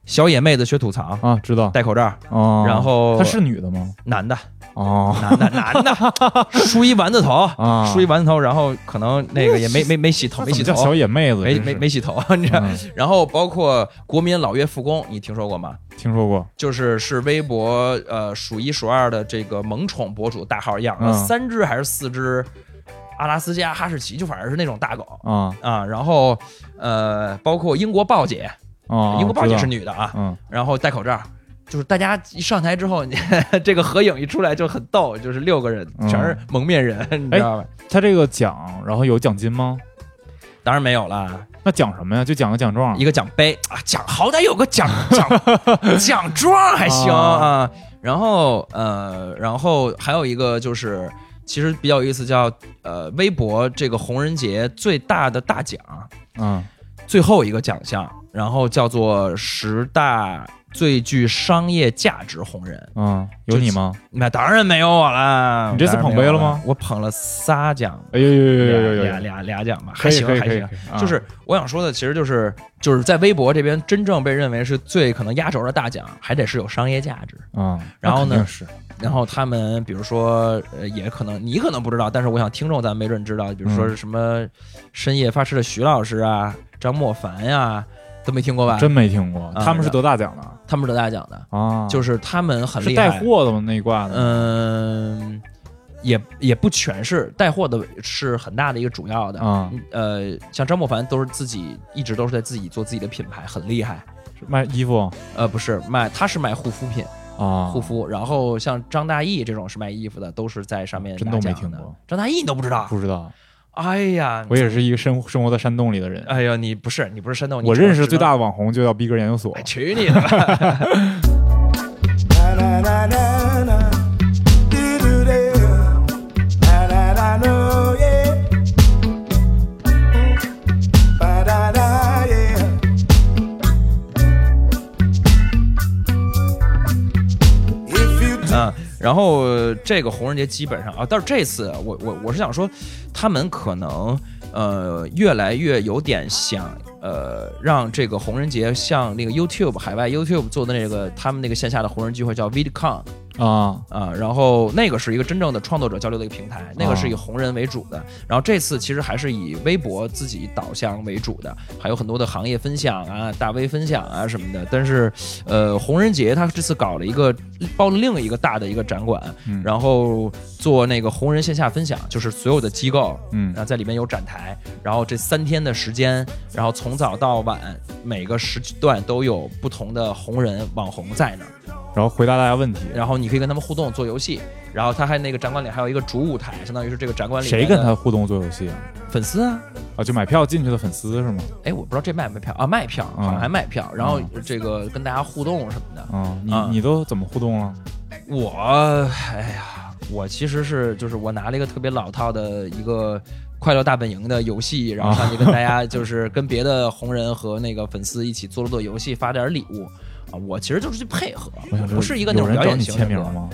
Speaker 2: 小野妹子学吐槽，
Speaker 1: 啊，知道
Speaker 2: 戴口罩，
Speaker 1: 哦。
Speaker 2: 然后
Speaker 1: 她是女的吗？
Speaker 2: 男的，
Speaker 1: 哦
Speaker 2: 男的，男的， 梳一丸子头，
Speaker 1: 啊，
Speaker 2: 梳一丸子头，然后可能那个也没没没洗头，
Speaker 1: 她
Speaker 2: 没
Speaker 1: 怎么
Speaker 2: 洗
Speaker 1: 叫
Speaker 2: 头
Speaker 1: 小，野妹子，
Speaker 2: 没
Speaker 1: 真
Speaker 2: 没
Speaker 1: 是
Speaker 2: 没洗头，啊你知道。
Speaker 1: 嗯
Speaker 2: 然后包括国民老岳复工，你听说过吗？
Speaker 1: 听说过
Speaker 2: 就是是微博呃数一数二的这个萌宠博主大号养了
Speaker 1: 嗯
Speaker 2: 三只还是四只阿拉斯加哈士奇，就反正是那种大狗
Speaker 1: 啊
Speaker 2: 啊。然后呃，包括英国豹姐，
Speaker 1: 啊，
Speaker 2: 英国豹
Speaker 1: 知
Speaker 2: 姐
Speaker 1: 道
Speaker 2: 是女的啊，
Speaker 1: 嗯
Speaker 2: 然后戴口罩。就是大家一上台之后，你 这个合影一出来就很逗，就是六个人
Speaker 1: 嗯
Speaker 2: 全是蒙面人，你知道吧？
Speaker 1: 他这个奖，然后有奖金吗？
Speaker 2: 当然没有啦，
Speaker 1: 那奖什么呀？就奖个奖状
Speaker 2: 一个奖杯啊，奖好歹有个 奖奖奖状还行啊
Speaker 1: 啊。
Speaker 2: 然后呃，然后还有一个就是，其实比较有意思叫，呃，微博这个红人节最大的大奖
Speaker 1: 嗯
Speaker 2: 最后一个奖项，然后叫做十大最具商业价值红人。
Speaker 1: 嗯，有你吗？
Speaker 2: 那当然没有我啦！
Speaker 1: 你这次
Speaker 2: 当然
Speaker 1: 捧杯
Speaker 2: 没有
Speaker 1: 了
Speaker 2: 我
Speaker 1: 吗
Speaker 2: 我捧了仨奖，
Speaker 1: 哎呦呦呦呦呦
Speaker 2: 俩
Speaker 1: 呦，
Speaker 2: 俩俩奖吧，
Speaker 1: 可
Speaker 2: 还
Speaker 1: 以
Speaker 2: 行
Speaker 1: 可以
Speaker 2: 还
Speaker 1: 可以
Speaker 2: 行。，
Speaker 1: 啊
Speaker 2: 就是我想说的，其实就是就是在微博这边真正被认为是最可能压轴的大奖，还得是有商业价值。
Speaker 1: 嗯，
Speaker 2: 然后呢
Speaker 1: 那肯定是
Speaker 2: 然后他们比如说，呃，也可能你可能不知道，但是我想听众咱没准知道，比
Speaker 1: 嗯
Speaker 2: 如说是什么深夜发痴的徐老师啊、张莫凡呀、都没听过吧？
Speaker 1: 哦真没听过，
Speaker 2: 啊
Speaker 1: 他们是得大奖的
Speaker 2: 他们是得大奖的，
Speaker 1: 啊，
Speaker 2: 就是他们很
Speaker 1: 是
Speaker 2: 厉
Speaker 1: 带
Speaker 2: 害。
Speaker 1: 货的吗？那一挂的，
Speaker 2: 嗯，也也不全是带货的，是很大的一个主要的。
Speaker 1: 啊，
Speaker 2: 呃，像张莫凡都是自己一直都是在自己做自己的品牌，很厉害。
Speaker 1: 是卖衣服
Speaker 2: 呃，不是卖，他是卖护肤品、
Speaker 1: 啊，
Speaker 2: 护肤，然后像张大奕这种是卖衣服的，都是在上面
Speaker 1: 真
Speaker 2: 拿
Speaker 1: 都没
Speaker 2: 奖
Speaker 1: 听
Speaker 2: 的
Speaker 1: 过。
Speaker 2: 张大奕你都不知道？
Speaker 1: 不知道，
Speaker 2: 哎呀，
Speaker 1: 我也是一个生生活在山洞里的人，
Speaker 2: 哎呀，你不是你不是山东，你
Speaker 1: 我
Speaker 2: 只能
Speaker 1: 认识
Speaker 2: 只
Speaker 1: 最
Speaker 2: 能
Speaker 1: 大的网红就叫逼格研究所
Speaker 2: 哎，娶你的吧！
Speaker 3: Na na na na na, do do do. Na na na no yeah. Ba da da yeah. If you
Speaker 2: 嗯，然后呃这个红人节基本上啊，但是这次我我我是想说，他们可能呃越来越有点想呃让这个红人节像那个 YouTube 海外 YouTube 做的那个他们那个线下的红人聚会叫 VidCon 啊、
Speaker 1: 啊，
Speaker 2: 然后那个是一个真正的创作者交流的一个平台，那个
Speaker 1: 哦
Speaker 2: 是以红人为主的，然后这次其实还是以微博自己导向为主的，还有很多的行业分享啊、大 V 分享啊什么的，但是呃红人节他这次搞了一个包了另一个大的一个展馆。
Speaker 1: 嗯
Speaker 2: 然后做那个红人线下分享，就是所有的机构，
Speaker 1: 嗯
Speaker 2: 然后在里面有展台，然后这三天的时间，然后从早到晚，每个时段都有不同的红人网红在那儿，
Speaker 1: 然后回答大家问题，
Speaker 2: 然后你可以跟他们互动做游戏，然后他还那个展馆里还有一个主舞台，相当于是这个展馆里
Speaker 1: 谁
Speaker 2: 面
Speaker 1: 跟
Speaker 2: 的
Speaker 1: 他互动做游戏啊？
Speaker 2: 粉丝啊，
Speaker 1: 啊，就买票进去的粉丝是吗？
Speaker 2: 哎，我不知道这卖没票啊，卖票
Speaker 1: 嗯
Speaker 2: 好像还卖票，然后这个跟大家互动什么的，
Speaker 1: 啊，你
Speaker 2: 啊
Speaker 1: 你都怎么互动了？
Speaker 2: 我
Speaker 1: 啊
Speaker 2: 哎呀，我其实是就是我拿了一个特别老套的一个。快乐大本营的游戏，然后上去跟大家就是跟别的红人和那个粉丝一起做了做游戏，发点礼物啊。我其实就是去配合，
Speaker 1: 我想
Speaker 2: 我
Speaker 1: 说
Speaker 2: 不是一个那种
Speaker 1: 有人
Speaker 2: 表
Speaker 1: 找
Speaker 2: 演
Speaker 1: 你
Speaker 2: 型
Speaker 1: 签
Speaker 2: 人
Speaker 1: 名
Speaker 2: 格？
Speaker 1: 吗？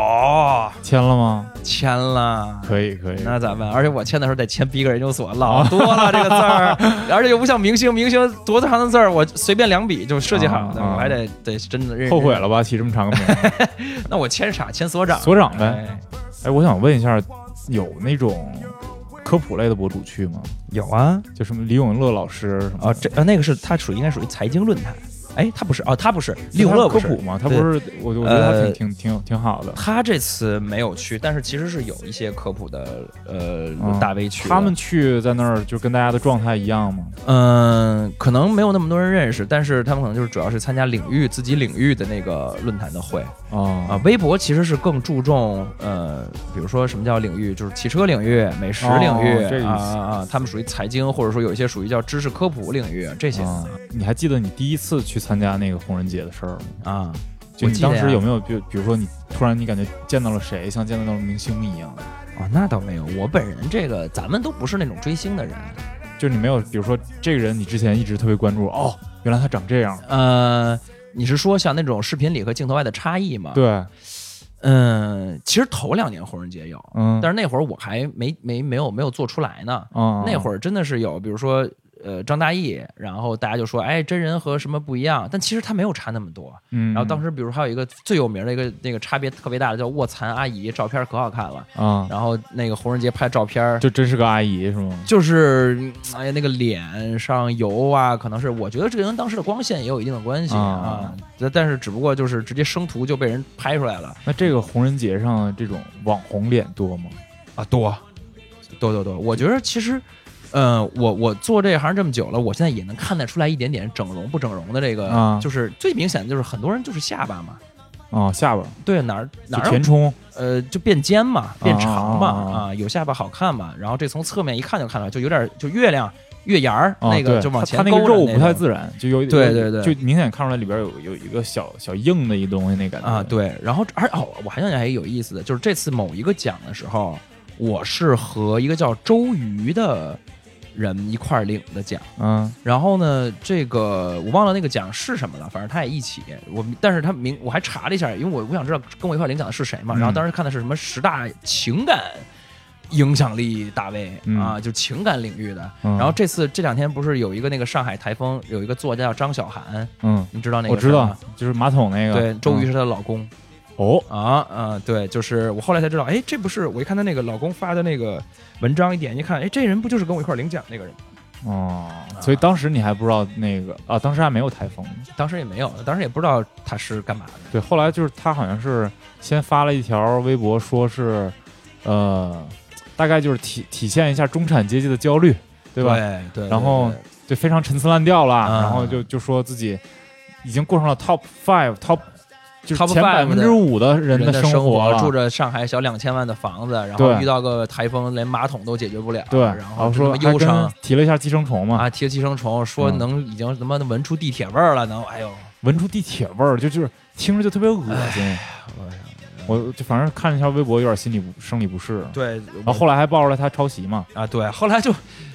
Speaker 2: 有
Speaker 1: 签了吗？
Speaker 2: 签了，
Speaker 1: 可以可以，
Speaker 2: 那咱们，而且我签的时候得签逼格研究所，
Speaker 1: 哦
Speaker 2: 老多了这个字儿，而且又不像明星，明星多长的字儿，我随便两笔就设计好的，
Speaker 1: 啊啊
Speaker 2: 我还得得真的认
Speaker 1: 后悔。了吧？起这么长个名儿，
Speaker 2: 那我签啥？签所长，
Speaker 1: 所长呗。
Speaker 2: 哎
Speaker 1: 哎，我想问一下，有那种科普类的博主去吗？
Speaker 2: 有啊，
Speaker 1: 就什么李永乐老师什么
Speaker 2: 啊，这啊那个是他属于应该属于财经论坛，哎，他不是哦，他不是李永乐不
Speaker 1: 科
Speaker 2: 是
Speaker 1: 普嘛？他不
Speaker 2: 对
Speaker 1: 是，我我觉得
Speaker 2: 呃
Speaker 1: 他挺挺挺挺好的。
Speaker 2: 他这次没有去，但是其实是有一些科普的呃
Speaker 1: 嗯
Speaker 2: 大 V 去的，
Speaker 1: 他们去在那儿就跟大家的状态一样吗？
Speaker 2: 嗯，可能没有那么多人认识，但是他们可能就是主要是参加领域自己领域的那个论坛的会。啊
Speaker 1: 啊，
Speaker 2: 微博其实是更注重呃，比如说什么叫领域，就是汽车领域、美食
Speaker 1: 哦
Speaker 2: 领域、
Speaker 1: 这个意思
Speaker 2: 啊啊啊，他们属于财经，或者说有一些属于叫知识科普领域这些
Speaker 1: 啊，你还记得你第一次去参加那个红人节的事儿吗？
Speaker 2: 啊。
Speaker 1: 就
Speaker 2: 我
Speaker 1: 你
Speaker 2: 记得
Speaker 1: 当时
Speaker 2: 呀
Speaker 1: 有没有，比如比如说你突然你感觉见到了谁，像见到了明星一样，
Speaker 2: 哦，那倒没有，我本人这个咱们都不是那种追星的人，
Speaker 1: 就是你没有，比如说这个人你之前一直特别关注，哦，原来
Speaker 2: 啊
Speaker 1: 他长这样，
Speaker 2: 呃，你是说像那种视频里和镜头外的差异吗？，
Speaker 1: 对，
Speaker 2: 嗯，其实头两年火人节有，
Speaker 1: 嗯，
Speaker 2: 但是那会儿我还没没没有没有做出来呢。
Speaker 1: 嗯
Speaker 2: 那会儿真的是有，比如说呃张大奕，然后大家就说哎真人和什么不一样，但其实他没有差那么多。
Speaker 1: 嗯，
Speaker 2: 然后当时比如还有一个最有名的一个那个差别特别大的叫卧蚕阿姨，照片可好看了。
Speaker 1: 啊，
Speaker 2: 然后那个胡人杰拍照片儿，
Speaker 1: 就真是个阿姨是吗？
Speaker 2: 就是嗯哎呀那个脸上油啊，可能是我觉得这个跟当时的光线也有一定的关系啊
Speaker 1: 啊。
Speaker 2: 但但是只不过就是直接生图就被人拍出来了
Speaker 1: 那这个红人节上这种网红脸多吗？
Speaker 2: 啊，多多多多。我觉得其实。嗯，我我做这行这么久了，我现在也能看得出来一点点整容不整容的这个，
Speaker 1: 啊
Speaker 2: 就是最明显的就是很多人就是下巴嘛，
Speaker 1: 啊，下巴
Speaker 2: 对哪儿哪
Speaker 1: 就
Speaker 2: 儿有
Speaker 1: 填充
Speaker 2: 呃，就变尖嘛，变长嘛，
Speaker 1: 啊啊啊
Speaker 2: 啊，有下巴好看嘛。然后这从侧面一看就看出来，就有点就月亮月牙儿、
Speaker 1: 啊
Speaker 2: 那个
Speaker 1: 对
Speaker 2: 就往
Speaker 1: 它
Speaker 2: 前
Speaker 1: 它那个
Speaker 2: 勾着
Speaker 1: 肉
Speaker 2: 那
Speaker 1: 不太
Speaker 2: 种
Speaker 1: 自然，就有
Speaker 2: 对
Speaker 1: 有
Speaker 2: 对对
Speaker 1: 就明显看出来里边有有一个小小硬的一东西那感觉
Speaker 2: 啊，，对。然后而哦，我还想起来一个有意思的，就是这次某一个奖的时候，我是和一个叫周瑜的人一块儿领的奖。
Speaker 1: 嗯
Speaker 2: 然后呢，这个我忘了那个奖是什么了，反正他也一起。我但是他明我还查了一下，因为我我想知道跟我一块领奖的是谁嘛。
Speaker 1: 嗯
Speaker 2: 然后当时看的是什么十大情感影响力大 V、
Speaker 1: 嗯
Speaker 2: 啊，就情感领域的。
Speaker 1: 嗯
Speaker 2: 然后这次这两天不是有一个那个上海台风，有一个作家叫张小涵，
Speaker 1: 嗯，
Speaker 2: 你知道那个
Speaker 1: 我知
Speaker 2: 事儿
Speaker 1: 道
Speaker 2: 吗？，
Speaker 1: 就是马桶那个，
Speaker 2: 对，周瑜
Speaker 1: 嗯
Speaker 2: 是她的老公、
Speaker 1: 哦，
Speaker 2: 啊，嗯、对，就是我后来才知道，哎，这不是我一看她那个老公发的那个文章，一点一看，哎，这人不就是跟我一块领奖那个人吗？
Speaker 1: 哦，所以
Speaker 2: 啊
Speaker 1: 当时你还不知道那个啊，当时还没有台风。
Speaker 2: 当时也没有，当时也不知道他是干嘛的。
Speaker 1: 对，后来就是他好像是先发了一条微博，说是，呃，大概就是体体现一下中产阶级的焦虑，对吧？
Speaker 2: 对对
Speaker 1: 然后就非常陈词滥调啦，
Speaker 2: 啊
Speaker 1: 然后就就说自己已经过上了 top five top 就是
Speaker 2: Top
Speaker 1: 前
Speaker 2: five
Speaker 1: 百分之五的人
Speaker 2: 的
Speaker 1: 生
Speaker 2: 活
Speaker 1: 了，
Speaker 2: 住着上海小两千万的房子，然后
Speaker 1: 对
Speaker 2: 遇到个台风，连马桶都解决不了，
Speaker 1: 对，
Speaker 2: 然后
Speaker 1: 说
Speaker 2: 什么
Speaker 1: 还嗯
Speaker 2: 忧伤
Speaker 1: 跟提了一下寄生虫嘛，
Speaker 2: 啊，贴寄生虫，说能已经他妈的闻出地铁味儿了，能，哎呦，
Speaker 1: 闻出地铁味儿，就就是听着就特别恶
Speaker 2: 哎
Speaker 1: 心，我就反正看了一条微博，有点心理不生理不适。
Speaker 2: 对，
Speaker 1: 然后后来还爆出来他抄袭嘛，
Speaker 2: 啊对，后来就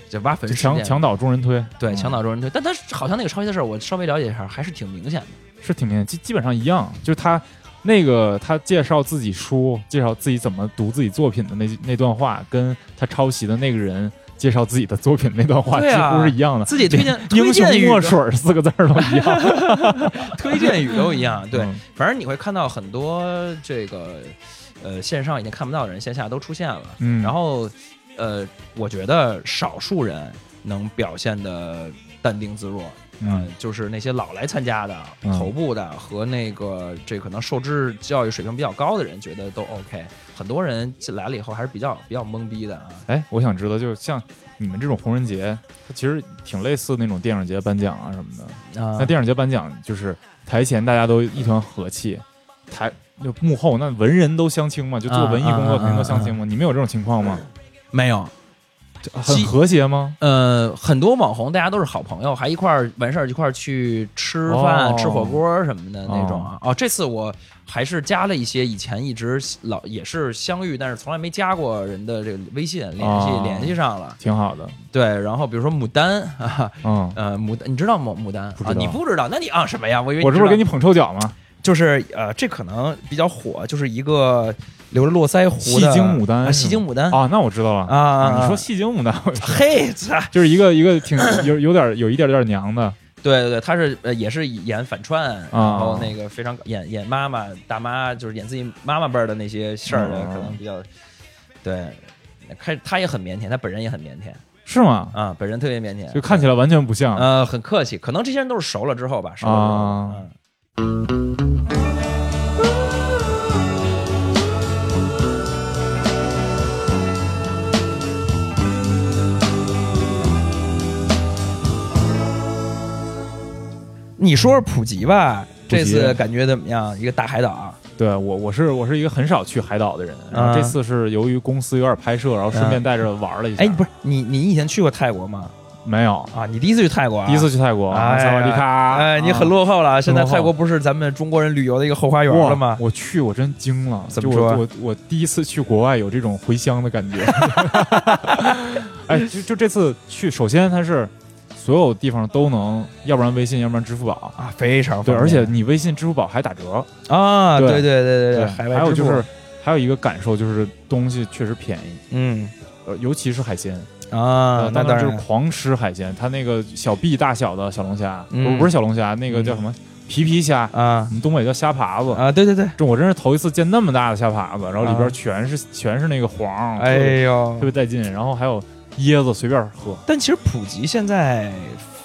Speaker 2: 就挖坟
Speaker 1: 就
Speaker 2: 事
Speaker 1: 墙
Speaker 2: 件，
Speaker 1: 墙倒众人推，
Speaker 2: 对
Speaker 1: 嗯
Speaker 2: 墙倒众人推，但他好像那个抄袭的事儿，我稍微了解一下，还是挺明显的。
Speaker 1: 是挺明显，基基本上一样，就是他那个他介绍自己书、介绍自己怎么读自己作品的那那段话，跟他抄袭的那个人介绍自己的作品那段话、
Speaker 2: 对啊
Speaker 1: 几乎是一样的。
Speaker 2: 自己推荐
Speaker 1: 英
Speaker 2: 推
Speaker 1: 雄
Speaker 2: 荐语
Speaker 1: 墨水四个字儿都一 样，
Speaker 2: 推荐语都一样，对，
Speaker 1: 嗯
Speaker 2: 反正你会看到很多这个呃线上已经看不到的人，线下都出现了。
Speaker 1: 嗯
Speaker 2: 然后呃，我觉得少数人能表现的淡定自若，
Speaker 1: 嗯
Speaker 2: 呃，就是那些老来参加的、
Speaker 1: 嗯
Speaker 2: 头部的和那个这可能受知识教育水平比较高的人，觉得都 OK。很多人进来了以后还是比较比较懵逼的啊。
Speaker 1: 哎，我想知道，就是像你们这种红人节，它其实挺类似那种电影节颁奖啊什么的。
Speaker 2: 啊
Speaker 1: 那电影节颁奖就是台前大家都一团和气，台就幕后那文人都相亲嘛，就做
Speaker 2: 啊
Speaker 1: 文艺工
Speaker 2: 啊
Speaker 1: 作肯定
Speaker 2: 啊
Speaker 1: 都相亲嘛。你们有这种情况吗？
Speaker 2: 没有，
Speaker 1: 很
Speaker 2: 基
Speaker 1: 和谐吗？
Speaker 2: 呃，很多网红大家都是好朋友，还一块儿完事儿一块儿去吃饭、
Speaker 1: 哦
Speaker 2: 吃火锅什么的那种啊。哦，这次我还是加了一些以前一直老也是相遇，但是从来没加过人的这个微信联系、
Speaker 1: 哦
Speaker 2: 联系上了。
Speaker 1: 挺好的，
Speaker 2: 对，然后比如说牡丹 啊，
Speaker 1: 嗯，
Speaker 2: 呃，牡丹，你知道牡牡丹
Speaker 1: 不知
Speaker 2: 啊？
Speaker 1: 道
Speaker 2: 你不知道？那你啊什么呀？我以为
Speaker 1: 我这不是
Speaker 2: 知道
Speaker 1: 给你捧臭脚吗？
Speaker 2: 就是呃，这可能比较火，就是一个留着络腮胡
Speaker 1: 戏
Speaker 2: 的
Speaker 1: 精牡丹是吗，
Speaker 2: 啊，戏精牡丹
Speaker 1: 啊，那我知道了
Speaker 2: 啊啊啊
Speaker 1: 你说戏精牡丹，我
Speaker 2: 嘿，这
Speaker 1: 就是一个一个挺有有点有一点点娘的，
Speaker 2: 对对对，他是呃也是演反串，
Speaker 1: 啊
Speaker 2: 然后那个非常演演妈妈大妈，就是演自己妈妈辈儿的那些事儿的，
Speaker 1: 嗯
Speaker 2: 可能比较对。开他也很腼腆，他本人也很腼腆
Speaker 1: 是吗？
Speaker 2: 啊，本人特别腼腆，
Speaker 1: 就看起来完全不像。
Speaker 2: 呃很客气，可能这些人都是熟了之后吧，熟了之后，
Speaker 1: 啊
Speaker 2: 嗯，你说说普及吧，
Speaker 1: 普及
Speaker 2: 这次感觉怎么样？一个大海岛啊，
Speaker 1: 对我，我是我是一个很少去海岛的人，然后这次是由于公司有点拍摄，然后顺便带着玩了一下。
Speaker 2: 啊哎，不是你，你以前去过泰国吗？
Speaker 1: 没有，
Speaker 2: 啊，你第一次去泰国啊？
Speaker 1: 第一次去泰国，
Speaker 2: 哎呀
Speaker 1: 萨瓦迪卡，
Speaker 2: 哎，你很
Speaker 1: 啊
Speaker 2: 落后了。现在
Speaker 1: 落后
Speaker 2: 泰国不是咱们中国人旅游的一个后花园了吗
Speaker 1: 哇？我去，我真惊了，
Speaker 2: 怎
Speaker 1: 就
Speaker 2: 么
Speaker 1: 我
Speaker 2: 说
Speaker 1: 我我第一次去国外有这种 回乡的感觉。哎，就就这次去，首先它是所有地方都能，要不然微信，要不然支付宝。
Speaker 2: 啊，非常
Speaker 1: 对，
Speaker 2: 方便
Speaker 1: 而且你微信、支付宝还打折。
Speaker 2: 啊，
Speaker 1: 对
Speaker 2: 对对对对海外
Speaker 1: 还有
Speaker 2: 支
Speaker 1: 就
Speaker 2: 付
Speaker 1: 是还有一个感受就是东西确实便宜，
Speaker 2: 嗯
Speaker 1: 呃，尤其是海鲜
Speaker 2: 啊
Speaker 1: 呃，
Speaker 2: 那
Speaker 1: 当
Speaker 2: 当
Speaker 1: 时就
Speaker 2: 然
Speaker 1: 是狂吃海鲜，它那个小臂大小的小龙虾，
Speaker 2: 嗯
Speaker 1: 不是不是小龙虾，那个叫什么皮皮虾，
Speaker 2: 啊
Speaker 1: 我们东北叫虾爬子。
Speaker 2: 啊，对对对，
Speaker 1: 这我真是头一次见那么大的虾爬子，然后里
Speaker 2: 啊
Speaker 1: 边全是全是那个黄，
Speaker 2: 哎
Speaker 1: 特别
Speaker 2: 呦
Speaker 1: 特，别带劲。然后还有椰子随便喝，
Speaker 2: 但其实普及现在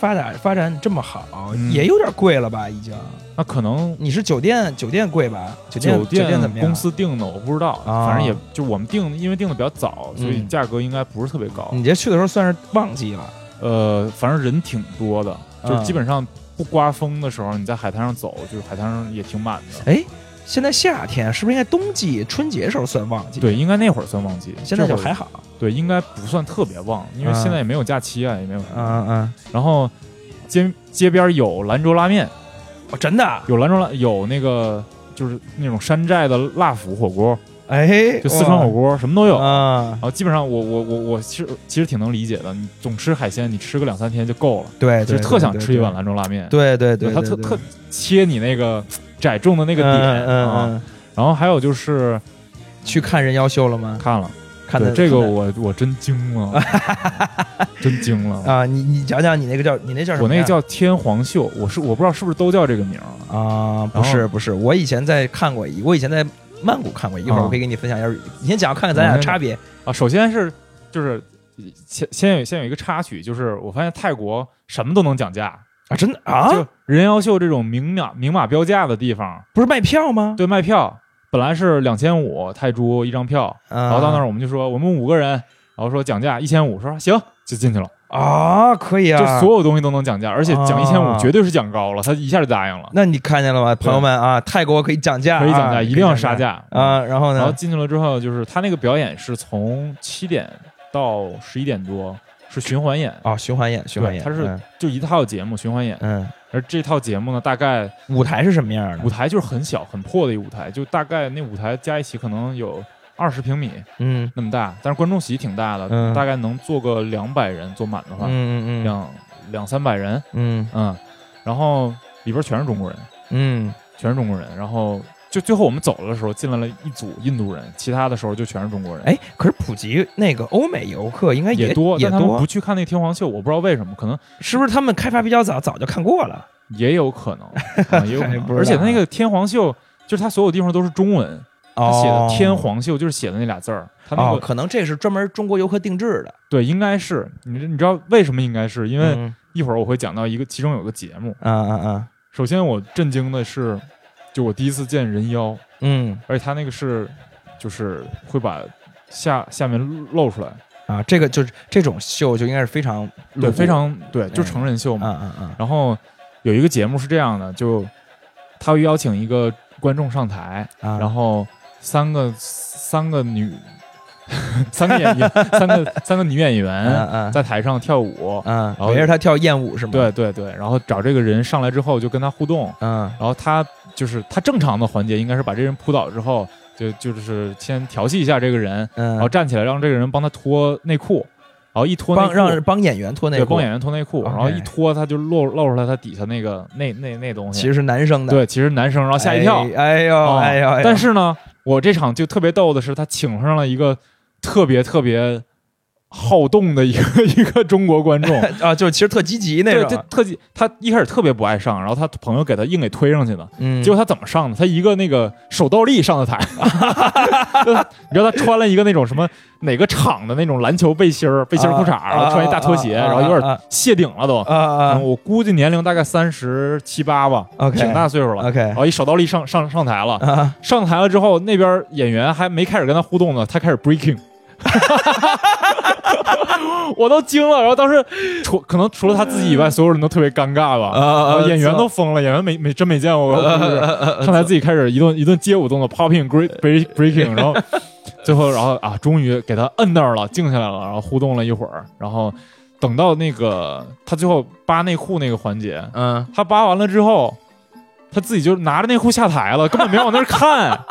Speaker 2: 发展发展这么好，
Speaker 1: 嗯
Speaker 2: 也有点贵了吧？已经，
Speaker 1: 那可能
Speaker 2: 你是酒店酒店贵吧？酒店
Speaker 1: 酒
Speaker 2: 酒店怎么样？
Speaker 1: 公司定的我不知道，
Speaker 2: 啊
Speaker 1: 反正也就我们定，因为定的比较早，所以
Speaker 2: 嗯
Speaker 1: 价格应该不是特别高。
Speaker 2: 你这去的时候算是旺季了，
Speaker 1: 呃，反正人挺多的，就是
Speaker 2: 嗯
Speaker 1: 基本上不刮风的时候，你在海滩上走，就是海滩上也挺满的。
Speaker 2: 哎，现在夏天是不是应该冬季春节时候算旺季？，
Speaker 1: 对，应该那会儿算旺季，
Speaker 2: 现在就
Speaker 1: 这会儿
Speaker 2: 还好。
Speaker 1: 对，应该不算特别旺，因为
Speaker 2: 嗯
Speaker 1: 现在也没有假期啊，也没有什么。
Speaker 2: 嗯嗯，
Speaker 1: 然后街街边有兰州拉面，
Speaker 2: 哦，真的啊，
Speaker 1: 有兰州拉有那个就是那种山寨的辣府火锅，
Speaker 2: 哎，
Speaker 1: 就四川火
Speaker 2: 锅
Speaker 1: 锅，什么都有。
Speaker 2: 啊
Speaker 1: 然，后基本上我我我我其实其实挺能理解的，你总吃海鲜，你吃个两三天就够了。
Speaker 2: 对，
Speaker 1: 其实
Speaker 2: 对
Speaker 1: 特想吃一碗
Speaker 2: 了。
Speaker 1: 兰州拉面，
Speaker 2: 对对对，
Speaker 1: 它
Speaker 2: 对
Speaker 1: 特
Speaker 2: 对
Speaker 1: 特切你那个窄中的那
Speaker 2: 那
Speaker 1: 个点
Speaker 2: 嗯嗯
Speaker 1: 啊。
Speaker 2: 嗯，
Speaker 1: 然后还有就是
Speaker 2: 去看人妖秀了吗？
Speaker 1: 看了，
Speaker 2: 看
Speaker 1: 对
Speaker 2: 的
Speaker 1: 这个
Speaker 2: 看的
Speaker 1: 我我真惊 了，真惊了。
Speaker 2: 啊，你你讲讲你那个叫你那叫什
Speaker 1: 我
Speaker 2: 么
Speaker 1: 那
Speaker 2: 呀？
Speaker 1: 个叫天皇秀，我是我不知道是不是都叫这个名儿啊。
Speaker 2: 啊，不
Speaker 1: 然
Speaker 2: 是
Speaker 1: 后
Speaker 2: 不是，我以前在看过一，我以前在曼谷看过一，一会儿
Speaker 1: 啊
Speaker 2: 我可以给你分享一下。你先讲，看看咱俩
Speaker 1: 我
Speaker 2: 的
Speaker 1: 那
Speaker 2: 差别。
Speaker 1: 啊，首先是就是先先有先有一个插曲，就是我发现泰国什么都能讲价，
Speaker 2: 啊，真的啊，
Speaker 1: 就人妖秀这种明码明码标价的地方，
Speaker 2: 不是卖票吗？
Speaker 1: 对卖票本来是两千五泰铢一张票，
Speaker 2: 然
Speaker 1: 然后到那儿我们就说我们五个人，然后说讲价一千五，说行就进去了，
Speaker 2: 啊，可以啊，
Speaker 1: 就所有东西都能讲价，而且讲
Speaker 2: 啊
Speaker 1: 一千五绝对是讲高了，他一下就答应了，
Speaker 2: 那你看见了吗，朋友们啊？泰国可以涨价啊，
Speaker 1: 可以讲价，一定要杀
Speaker 2: 可以
Speaker 1: 价
Speaker 2: 讲
Speaker 1: 嗯
Speaker 2: 价啊！然后
Speaker 1: 然后
Speaker 2: 呢？
Speaker 1: 进去了之后，就是他那个表演是从七点到十一点多，是循环演，
Speaker 2: 哦，循环演，循环演，
Speaker 1: 它是
Speaker 2: 嗯
Speaker 1: 就一套节目循环演。
Speaker 2: 嗯，
Speaker 1: 而这套节目呢，大概
Speaker 2: 舞台是什么样的？
Speaker 1: 舞台就是很小很破的一个舞台，就大概那舞台加一起可能有二十平米
Speaker 2: 嗯
Speaker 1: 那么大，但是观众席挺大的，
Speaker 2: 嗯
Speaker 1: 大概能坐个两百人，坐满的话、
Speaker 2: 嗯嗯
Speaker 1: 两两三百人，
Speaker 2: 嗯
Speaker 1: 嗯，然后里边全是中国人，
Speaker 2: 嗯
Speaker 1: 全是中国人，然后。就最后我们走了的时候，进来了一组印度人，其他的时候就全是中国人。
Speaker 2: 嗯。哎，可是普及那个欧美游客应该
Speaker 1: 也
Speaker 2: 多，也
Speaker 1: 但他们不去看那个天皇秀，我不知道为什么，可能
Speaker 2: 是不是他们开发比较早，早就看过了？
Speaker 1: 也有可 能，啊、也有可
Speaker 2: 还哎不
Speaker 1: 能。
Speaker 2: 知
Speaker 1: 而且
Speaker 2: 道
Speaker 1: 那个天皇秀，就是它所有地方都是中文，他写的
Speaker 2: 哦
Speaker 1: “天皇秀”就是写的那俩字儿，他那
Speaker 2: 哦，
Speaker 1: 个
Speaker 2: 可能这是专门中国游客定制的，
Speaker 1: 对，应该是你知你知道为什么应该是因
Speaker 2: 因
Speaker 1: 为一会儿我会讲到一个其中有个节目。
Speaker 2: 啊啊啊，
Speaker 1: 首先我震惊的是，就我第一次见人妖，
Speaker 2: 嗯
Speaker 1: 而且他那个是就是会把下下面露出来，
Speaker 2: 啊，这个就是这种秀就应该是非常
Speaker 1: 对，非常对，就
Speaker 2: 嗯
Speaker 1: 成人秀
Speaker 2: 啊
Speaker 1: 嘛。
Speaker 2: 啊啊，
Speaker 1: 然后有一个节目是这样的，就他会邀请一个观众上台，
Speaker 2: 啊
Speaker 1: 然后三个三个女。 三个演员，三个三个女演员，
Speaker 2: 嗯
Speaker 1: 在台上跳舞，
Speaker 2: 嗯嗯，
Speaker 1: 后
Speaker 2: 围着他跳艳舞是吗？
Speaker 1: 对，对对，然后找这个人上来之后就跟他互动，
Speaker 2: 嗯
Speaker 1: 然后他就是他正常的环节应该是把这人扑倒之后，就就是先调戏一下这个人，
Speaker 2: 嗯，
Speaker 1: 然后站起来让这个人帮他脱内裤，然后一脱内
Speaker 2: 帮
Speaker 1: 裤
Speaker 2: 让帮演员脱内
Speaker 1: 对
Speaker 2: 裤
Speaker 1: 帮，演员脱内裤，
Speaker 2: OK
Speaker 1: 然后一脱他就露露出来他底下那个那那那东西，
Speaker 2: 其实是男生的，，
Speaker 1: 对，其实男生，然后吓一跳，
Speaker 2: 哎呦
Speaker 1: 啊
Speaker 2: 哎呦，哎呦
Speaker 1: 但是呢，我这场就特别逗的是，他请上了一个特别特别好动的一个 一个中国观众。
Speaker 2: 啊，就是其实特积极那
Speaker 1: 对，
Speaker 2: 种啊
Speaker 1: 他，特技，他一开始特别不爱上，然后他朋友给他硬给推上去的。
Speaker 2: 嗯，
Speaker 1: 结果他怎么上的？他一个那个手倒立上的台，你知道他穿了一个那种什么哪个厂的那种篮球背心儿、背心儿裤衩儿，
Speaker 2: 啊
Speaker 1: 然后穿一大拖鞋，
Speaker 2: 啊啊
Speaker 1: 然后有
Speaker 2: 啊
Speaker 1: 点谢顶了都。
Speaker 2: 啊啊
Speaker 1: 嗯我估计年龄大概三十七八吧
Speaker 2: OK
Speaker 1: 挺大岁数了。
Speaker 2: ，OK
Speaker 1: 然后一手倒立上上上台了，
Speaker 2: 啊，
Speaker 1: 上台了之后，那边演员还没开始跟他互动呢，他开始 breaking。我都惊了，然后当时除可能除了他自己以外，所有人都特别尴尬吧，
Speaker 2: 啊啊
Speaker 1: 然后演员
Speaker 2: 操
Speaker 1: 都疯了，演员没没真没见过，就是上台自己开始一顿一顿街舞动作，popping great break breaking，然后最后然后啊，终于给他摁那儿了，静下来了，然后互动了一会儿，然后等到那个他最后扒内裤那个环节，
Speaker 2: 嗯，
Speaker 1: 他扒完了之后，他自己就拿着内裤下台了，根本没往那儿看。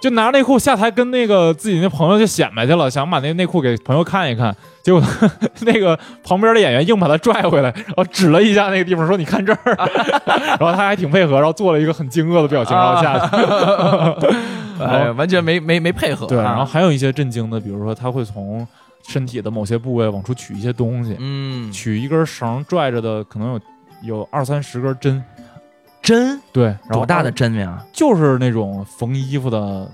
Speaker 1: 就拿内裤下台跟那个自己那朋友就显摆去了，想把那内裤给朋友看一看，结果 那个旁边的演员硬把他拽回来，然后指了一下那个地方说：“你看这儿。” 然后他还挺配合，然后做了一个很惊愕的表情，然后下
Speaker 2: 啊
Speaker 1: 去。
Speaker 2: 哎，完全没没没配合啊。
Speaker 1: 对，然后还有一些震惊的，比如说他会从身体的某些部位往出取一些东西，
Speaker 2: 嗯，
Speaker 1: 取一根绳拽着的可能有有二三十根针，
Speaker 2: 针
Speaker 1: 对，然后
Speaker 2: 多大的啊针呀？
Speaker 1: 就是那种缝衣服的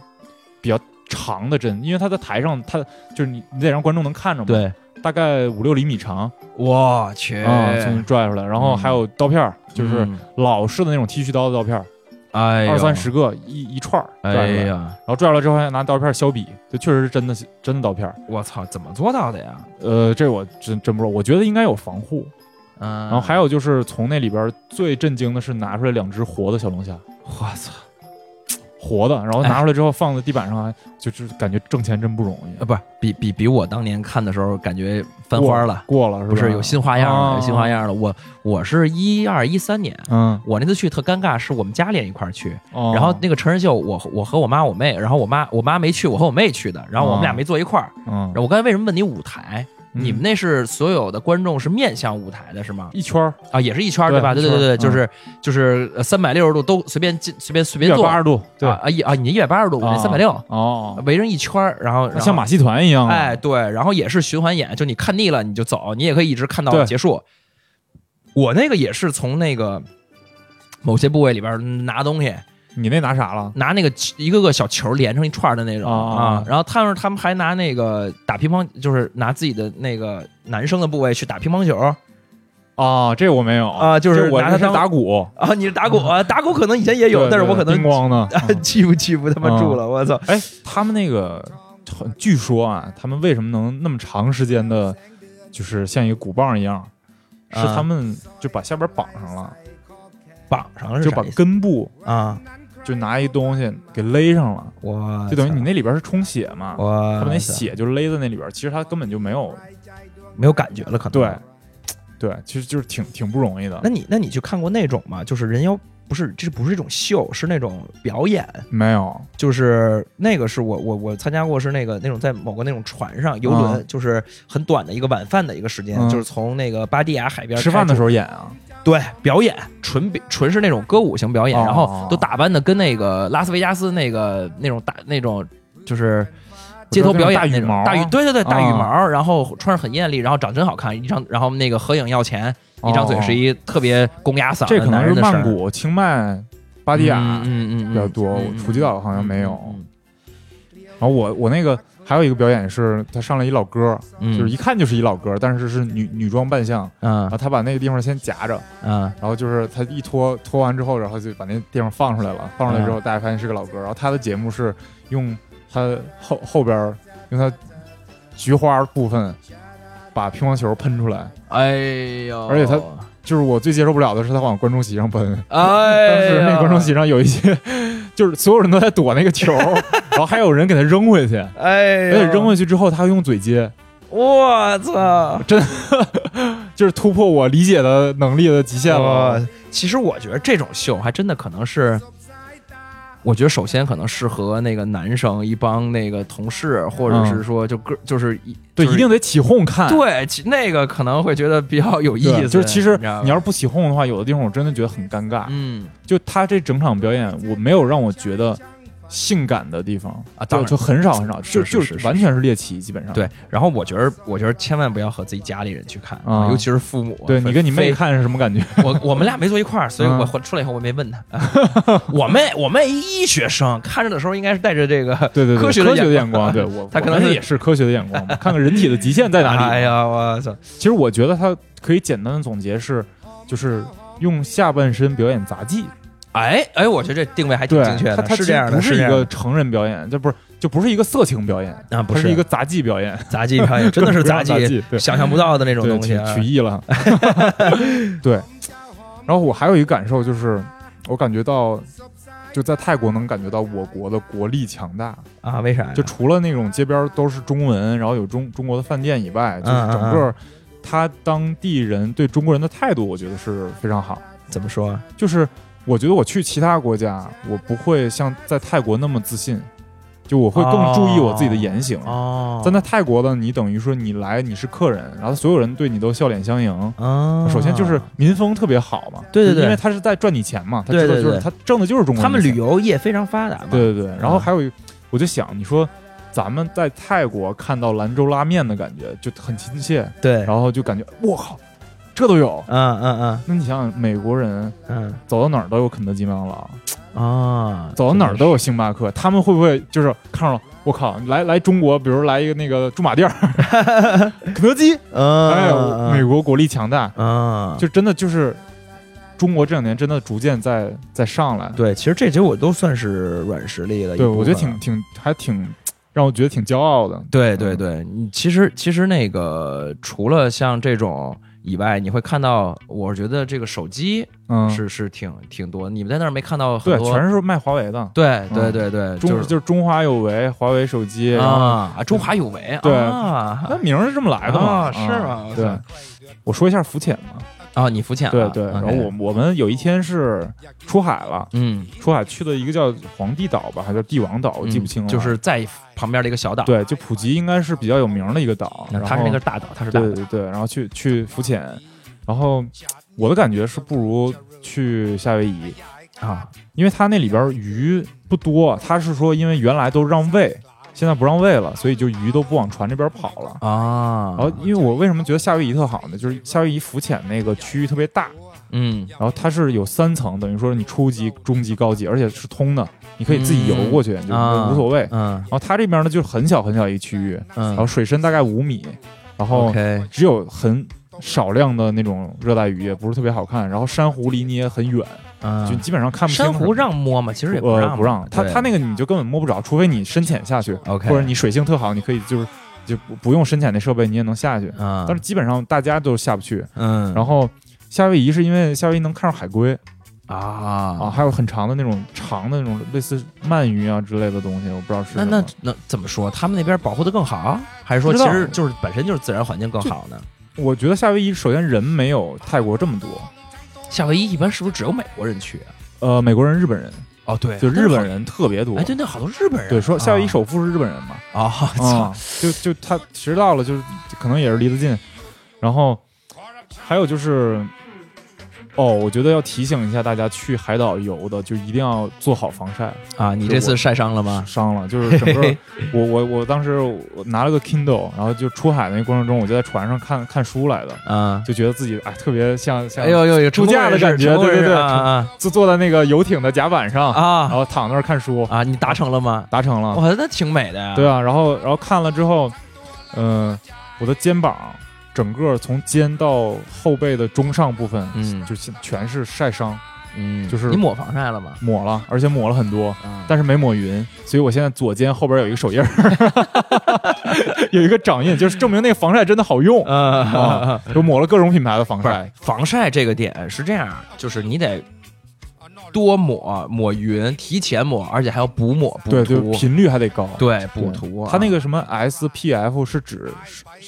Speaker 1: 比较长的针，因为它在台上，它就是你你得让观众能看着嘛，，
Speaker 2: 对，
Speaker 1: 大概五六厘米长
Speaker 2: 我去
Speaker 1: 啊，从、拽出来，然后还有刀片儿，就是
Speaker 2: 哎嗯
Speaker 1: 老式的那种剃须刀的刀片儿，
Speaker 2: 哎呦
Speaker 1: 二三，十个一一串儿拽出
Speaker 2: 哎
Speaker 1: 来，然
Speaker 2: 呀，
Speaker 1: 后拽出来之后还拿刀片儿削笔，这确实是真的真的刀片儿，
Speaker 2: 我操，怎么做到的呀？
Speaker 1: 呃，这我真真不知道，我觉得应该有防护。
Speaker 2: 嗯，
Speaker 1: 然后还，有就是从那里边儿最震惊的是拿出来两只活的小龙虾，
Speaker 2: 我操，
Speaker 1: 活的，然后拿出来之后放在地板上，还就就感觉挣钱真不容易
Speaker 2: 呃，。不是，比比比我当年看的时候感觉翻花了，
Speaker 1: 过了是吧？
Speaker 2: 不是有新花样了，
Speaker 1: 啊
Speaker 2: 有新花样了。我我是一二一三年。
Speaker 1: 嗯，
Speaker 2: 我那次去特尴尬，是我们家里人一块儿去，
Speaker 1: 哦
Speaker 2: 然后那个成人秀，我我和我妈我妹，然后我妈我妈没去，我和我妹去的，然后我们俩
Speaker 1: 哦
Speaker 2: 没坐一块儿。
Speaker 1: 嗯
Speaker 2: 然后我刚才为什么问你舞台？
Speaker 1: 嗯
Speaker 2: 你们那是所有的观众是面向舞台的是吗？
Speaker 1: 一圈儿
Speaker 2: 啊，也是一圈儿对吧？对
Speaker 1: 对
Speaker 2: 对对对，
Speaker 1: 一圈
Speaker 2: 就
Speaker 1: 儿嗯
Speaker 2: 是就是呃三百六十度都随便进随便随便
Speaker 1: 一百
Speaker 2: 坐
Speaker 1: 八十度，对
Speaker 2: 啊，啊一啊你一百八十度，我那
Speaker 1: 啊
Speaker 2: 三百六，
Speaker 1: 哦，
Speaker 2: 围成一圈儿，然后
Speaker 1: 那像马戏团一
Speaker 2: 然
Speaker 1: 样
Speaker 2: 后
Speaker 1: 啊，
Speaker 2: 哎对，然后也是循环演，就你看腻了你就走，你也可以一直看到
Speaker 1: 对
Speaker 2: 结束。我那个也是从那个某些部位里边儿拿东西，
Speaker 1: 你那拿啥了？
Speaker 2: 拿那个球一个个小球连成一串儿的那种
Speaker 1: 啊
Speaker 2: 啊，然后他们他们还拿那个打乒乓，就是拿自己的那个男生的部位去打乒乓球
Speaker 1: 哦，这我没有
Speaker 2: 啊就是
Speaker 1: 我
Speaker 2: 拿
Speaker 1: 那
Speaker 2: 它
Speaker 1: 是
Speaker 2: 当
Speaker 1: 打鼓，
Speaker 2: 啊。你是打鼓啊？打鼓可能以前也有，
Speaker 1: 嗯对
Speaker 2: 但是我
Speaker 1: 对
Speaker 2: 可能
Speaker 1: 叮咣嗯呢。
Speaker 2: 啊记不记不他妈住了，我操！
Speaker 1: 哎，他们那个，据说啊，他们为什么能那么长时间的，就是像一个鼓棒一样，是
Speaker 2: 啊
Speaker 1: 他们就把下边绑上了，
Speaker 2: 绑上是
Speaker 1: 就
Speaker 2: 啥
Speaker 1: 把
Speaker 2: 意思
Speaker 1: 根部
Speaker 2: 啊，
Speaker 1: 就拿一东西给勒上了，
Speaker 2: 我
Speaker 1: 就等于
Speaker 2: 啊
Speaker 1: 你
Speaker 2: 操哦
Speaker 1: 那里边是充血嘛，
Speaker 2: 哇
Speaker 1: 他把那
Speaker 2: 塞
Speaker 1: 血就勒在那里边，其实他根本就没有
Speaker 2: 没有感觉了，可能
Speaker 1: 对，对，其实就是挺挺不容易的
Speaker 2: 那。你那你去看过那种吗？就是人妖不是这不是一种秀，是那种表演，
Speaker 1: 没有，
Speaker 2: 就是那个是我我我参加过是那个那种在某个那种船上游轮，
Speaker 1: 啊
Speaker 2: 就是很短的一个晚饭的一个时间，
Speaker 1: 嗯
Speaker 2: 就是从那个巴蒂亚海边
Speaker 1: 吃饭的时
Speaker 2: 候，
Speaker 1: 候演啊，
Speaker 2: 对表演纯表纯是那种歌舞型表演，
Speaker 1: 哦
Speaker 2: 然后都打扮的跟那个拉斯维加斯那个那种大那种就是。街头表演
Speaker 1: 我知道
Speaker 2: 那
Speaker 1: 那
Speaker 2: 种大羽
Speaker 1: 种大羽毛啊
Speaker 2: 对对对大羽毛，然后穿着很艳丽，然后长真好看，一张然后那个合影要钱，一张嘴是一特别公鸭嗓
Speaker 1: 哦这
Speaker 2: 的
Speaker 1: 可
Speaker 2: 男
Speaker 1: 能
Speaker 2: 人
Speaker 1: 是
Speaker 2: 的声儿，
Speaker 1: 曼谷、清迈、巴
Speaker 2: 巴
Speaker 1: 蒂亚
Speaker 2: 嗯嗯
Speaker 1: 比较多，
Speaker 2: 嗯
Speaker 1: 我
Speaker 2: 嗯
Speaker 1: 普吉岛好像没有。
Speaker 2: 嗯
Speaker 1: 然后我我那个还有一个表演是，他上来一老哥，
Speaker 2: 嗯
Speaker 1: 就是一看就是一老哥，但是是女女装扮相，
Speaker 2: 嗯
Speaker 1: 然后他把那个地方先夹着，
Speaker 2: 嗯
Speaker 1: 然后就是他一脱脱完之后，然后就把那地方放出来
Speaker 2: 嗯
Speaker 1: 了，放出来之后大家发现是个老哥，然后他的节目是用他后后边儿用他菊花部分把乒乓球喷出来。
Speaker 2: 哎呦，
Speaker 1: 而且他就是我最接受不了的是他往观众席上喷，
Speaker 2: 哎
Speaker 1: 当
Speaker 2: 呀，
Speaker 1: 时那观众席上有一些， 就是所有人都在躲那个球，然后还有人给他扔回去，
Speaker 2: 哎
Speaker 1: 而
Speaker 2: 呦，
Speaker 1: 且扔回去之后他还用嘴接，
Speaker 2: 我操，
Speaker 1: 就是突破我理解的能力的极限了。
Speaker 2: 我其实我觉得这种秀还真的可能是。我觉得首先可能适合那个男生一帮那个同事，或者是说就个就是一
Speaker 1: 嗯对，
Speaker 2: 就是
Speaker 1: 一定得起哄看。
Speaker 2: 对其那个可能会觉得比较有意
Speaker 1: 对
Speaker 2: 思。
Speaker 1: 就是其实
Speaker 2: 你知道吧
Speaker 1: 你要是不起哄的话，有的地方我真的觉得很尴尬。
Speaker 2: 嗯
Speaker 1: 就他这整场表演，我没有让我觉得性感的地方
Speaker 2: 啊当
Speaker 1: 就
Speaker 2: 然
Speaker 1: 就很少很少，
Speaker 2: 是
Speaker 1: 就是就是
Speaker 2: 是
Speaker 1: 完全是猎奇，基本上。
Speaker 2: 对，然后我觉得我觉得千万不要和自己家里人去看，
Speaker 1: 啊
Speaker 2: 尤其是父母。
Speaker 1: 对，
Speaker 2: 非
Speaker 1: 你跟你妹
Speaker 2: 非
Speaker 1: 看是什么 感觉？
Speaker 2: 我我们俩没坐一块儿，所以我
Speaker 1: 嗯
Speaker 2: 回出来以后我没问他。 啊我妹我妹医学生，看着的时候应该是带着这个
Speaker 1: 对对对，
Speaker 2: 科
Speaker 1: 科
Speaker 2: 学的
Speaker 1: 的
Speaker 2: 眼
Speaker 1: 眼
Speaker 2: 光
Speaker 1: 光，对我
Speaker 2: 他可
Speaker 1: 我
Speaker 2: 能
Speaker 1: 们
Speaker 2: 是
Speaker 1: 也是科学的眼光嘛，看看人体的极限在哪里。
Speaker 2: 哎呀，我操！
Speaker 1: 其实我觉得他可以简单的总结是，就是用下半身表演杂技，
Speaker 2: 哎哎，我觉得这定位还挺
Speaker 1: 对
Speaker 2: 精确，的，
Speaker 1: 他他
Speaker 2: 是这样的，
Speaker 1: 不是
Speaker 2: 这
Speaker 1: 一
Speaker 2: 样
Speaker 1: 个
Speaker 2: 的
Speaker 1: 成人表演，这不是就不是一个色情表演，
Speaker 2: 啊，不
Speaker 1: 它是一个杂技表演，
Speaker 2: 杂技表演，真 的是
Speaker 1: 不让杂
Speaker 2: 技，
Speaker 1: 技， 对
Speaker 2: 想象不到的那种
Speaker 1: 对，
Speaker 2: 东西
Speaker 1: 取
Speaker 2: 啊。
Speaker 1: 取艺了。 对，然后我还有一个感受就是，我感觉到就在泰国能感觉到我国的国力强大，
Speaker 2: 啊，为啥呀？
Speaker 1: 就除了那种街边都是中文，然后有中中国的饭店以外，
Speaker 2: 嗯
Speaker 1: 就是整个他当地人对中国人的态度，我觉得是非常好。
Speaker 2: 怎么说？啊
Speaker 1: 就是我觉得我去其他国家，我不会像在泰国那么自信，就我会更注意我自己的言行。
Speaker 2: 哦，
Speaker 1: 但在泰国呢，你等于说你来你是客人，然后所有人对你都笑脸相迎。
Speaker 2: 啊，
Speaker 1: 首先就是民风特别好嘛，
Speaker 2: 对对
Speaker 1: 就
Speaker 2: 对
Speaker 1: 因为他是在赚你钱嘛，他知道
Speaker 2: 对对
Speaker 1: 就是
Speaker 2: 对
Speaker 1: 他挣的就是中国人的钱。
Speaker 2: 他们旅游嗯业非常发达嘛，
Speaker 1: 对对对，然后还有一，我就想你说咱们在泰国看到兰州拉面的感觉就很亲切，
Speaker 2: 对，
Speaker 1: 然后就感觉我靠，这都有。
Speaker 2: 嗯嗯
Speaker 1: 那你想想，美国人
Speaker 2: 嗯
Speaker 1: 走到哪儿都有肯德基、麦当劳，
Speaker 2: 嗯啊，
Speaker 1: 走到哪儿都有星巴克，他们会不会就是看着我靠，来来中国，比如来一个那个驻马店儿、 肯德基，
Speaker 2: 嗯，
Speaker 1: 哎呦，
Speaker 2: 嗯
Speaker 1: 美国国力强大，
Speaker 2: 啊，
Speaker 1: 就真的就是中国这两年真的逐渐在在上来。
Speaker 2: 对，其实这些我都算是软实力了。
Speaker 1: 对，我觉得挺。挺还挺让我觉得挺骄傲的。
Speaker 2: 对对对，你其实其实那个除了像这种以外，你会看到，我觉得这个手机
Speaker 1: 嗯，
Speaker 2: 是、是挺挺多。你们在那儿没看到很
Speaker 1: 对，
Speaker 2: 多？
Speaker 1: 全是卖华为的，
Speaker 2: 对对
Speaker 1: 嗯
Speaker 2: 对对，
Speaker 1: 中
Speaker 2: 就是
Speaker 1: 就是中华有为，华为手机。然后
Speaker 2: 啊啊，中华有为
Speaker 1: 对哎
Speaker 2: 啊
Speaker 1: 那名儿是这么来的嘛？
Speaker 2: 啊是吗
Speaker 1: 啊
Speaker 2: 我
Speaker 1: 对
Speaker 2: 操，
Speaker 1: 我说一下浮潜嘛。
Speaker 2: 啊，你肤浅
Speaker 1: 对
Speaker 2: 了，
Speaker 1: 对，然
Speaker 2: OK
Speaker 1: 后我我们有一天是出海了，
Speaker 2: 嗯，
Speaker 1: 出海去的一个叫皇帝岛吧，还叫帝王岛，我记不清了。
Speaker 2: 就是在旁边的一个小岛，，
Speaker 1: 对，就普吉应该是比较有名的一个岛。然后
Speaker 2: 它是那个大岛，它是大
Speaker 1: 对
Speaker 2: 岛，
Speaker 1: 对对，然后去去浮潜，然后我的感觉是不如去夏威夷，
Speaker 2: 啊，
Speaker 1: 因为它那里边鱼不多，它是说因为原来都让喂，现在不让喂了，所以就鱼都不往船这边跑了。
Speaker 2: 啊
Speaker 1: 然，后，因为我为什么觉得夏威夷特好呢？就是夏威夷浮潜那个区域特别大，
Speaker 2: 嗯，
Speaker 1: 然后它是有三层，等于说你初级、中级、高级，而且是通的，你可以自己游过去，就
Speaker 2: 啊
Speaker 1: 无所谓。
Speaker 2: 嗯
Speaker 1: 然后它这边呢就是很小很小一区域，然后
Speaker 2: 嗯
Speaker 1: 水深大概五米，然后
Speaker 2: ，OK，
Speaker 1: 只有很少量的那种热带鱼，也不是特别好看。然后珊瑚离你也很远，就
Speaker 2: 嗯，
Speaker 1: 基本上看不清。
Speaker 2: 珊瑚让摸吗？其实也不让
Speaker 1: 呃
Speaker 2: 嘛，
Speaker 1: 不让，它
Speaker 2: 对
Speaker 1: 它那个你就根本摸不着，除非你深潜下去
Speaker 2: OK
Speaker 1: 或者你水性特好，你可以就是就不不用深潜那设备你也能下去。
Speaker 2: 啊，
Speaker 1: 但是基本上大家都下不去。
Speaker 2: 嗯，
Speaker 1: 然后夏威夷是因为夏威夷能看上海龟啊，
Speaker 2: 啊，
Speaker 1: 还有很长的那种长的那种类似鳗鱼啊之类的东西，我不知道是
Speaker 2: 那
Speaker 1: 什么
Speaker 2: 那那怎么说？他们那边保护的更好，还是说
Speaker 1: 不
Speaker 2: 其
Speaker 1: 知道
Speaker 2: 实就是本身就是自然环境更好呢？
Speaker 1: 我觉得夏威夷首先人没有泰国这么多，
Speaker 2: 夏威夷一般是不是只有美国人去啊？
Speaker 1: 呃，美国人、日本人，
Speaker 2: 哦，对，
Speaker 1: 就
Speaker 2: 那
Speaker 1: 日本
Speaker 2: 好，
Speaker 1: 人特别多。
Speaker 2: 哎，对，那好多日本人啊，
Speaker 1: 对，说夏威夷首富是日本人嘛？
Speaker 2: 啊，啊
Speaker 1: 啊
Speaker 2: 操，，
Speaker 1: 就就他迟到了，就是可能也是离得近。然后还有就是，哦，我觉得要提醒一下大家，去海岛游的就一定要做好防晒，
Speaker 2: 啊，你这次晒伤了吗？
Speaker 1: 伤了就是整个我我我当时我拿了个 Kindle，然后就出海那过程中，我就在船上看看书来的。
Speaker 2: 啊，
Speaker 1: 就觉得自己哎，特别像像
Speaker 2: 哎呦呦，有
Speaker 1: 度假的感觉对对对哦
Speaker 2: 啊
Speaker 1: 就坐在那个游艇的甲板上，
Speaker 2: 啊
Speaker 1: 然
Speaker 2: 啊
Speaker 1: 后躺那儿看书，
Speaker 2: 啊！你达成了吗？
Speaker 1: 达成了。
Speaker 2: 哇，那挺美的呀。
Speaker 1: 对啊，然后然后看了之后，嗯，我的肩膀整个从肩到后背的中上部分，
Speaker 2: 嗯
Speaker 1: 就全全是晒伤，
Speaker 2: 嗯，
Speaker 1: 就是嗯
Speaker 2: 你抹防晒了吗？
Speaker 1: 抹了，而且抹了很多，
Speaker 2: 啊，
Speaker 1: 但是没抹匀，所以我现在左肩后边有一个手印儿， 有一个掌印，就是证明那个防晒真的好用。
Speaker 2: 呃
Speaker 1: 啊，就抹了各种品牌的防
Speaker 2: 不
Speaker 1: 晒
Speaker 2: 是，防晒这个点是这样，就是你得多抹抹匀，提前抹，而且还要补抹补
Speaker 1: 对，就
Speaker 2: 涂，
Speaker 1: 频率还得高。
Speaker 2: 对
Speaker 1: 对，
Speaker 2: 补涂啊。
Speaker 1: 它那个什么 SPF 是指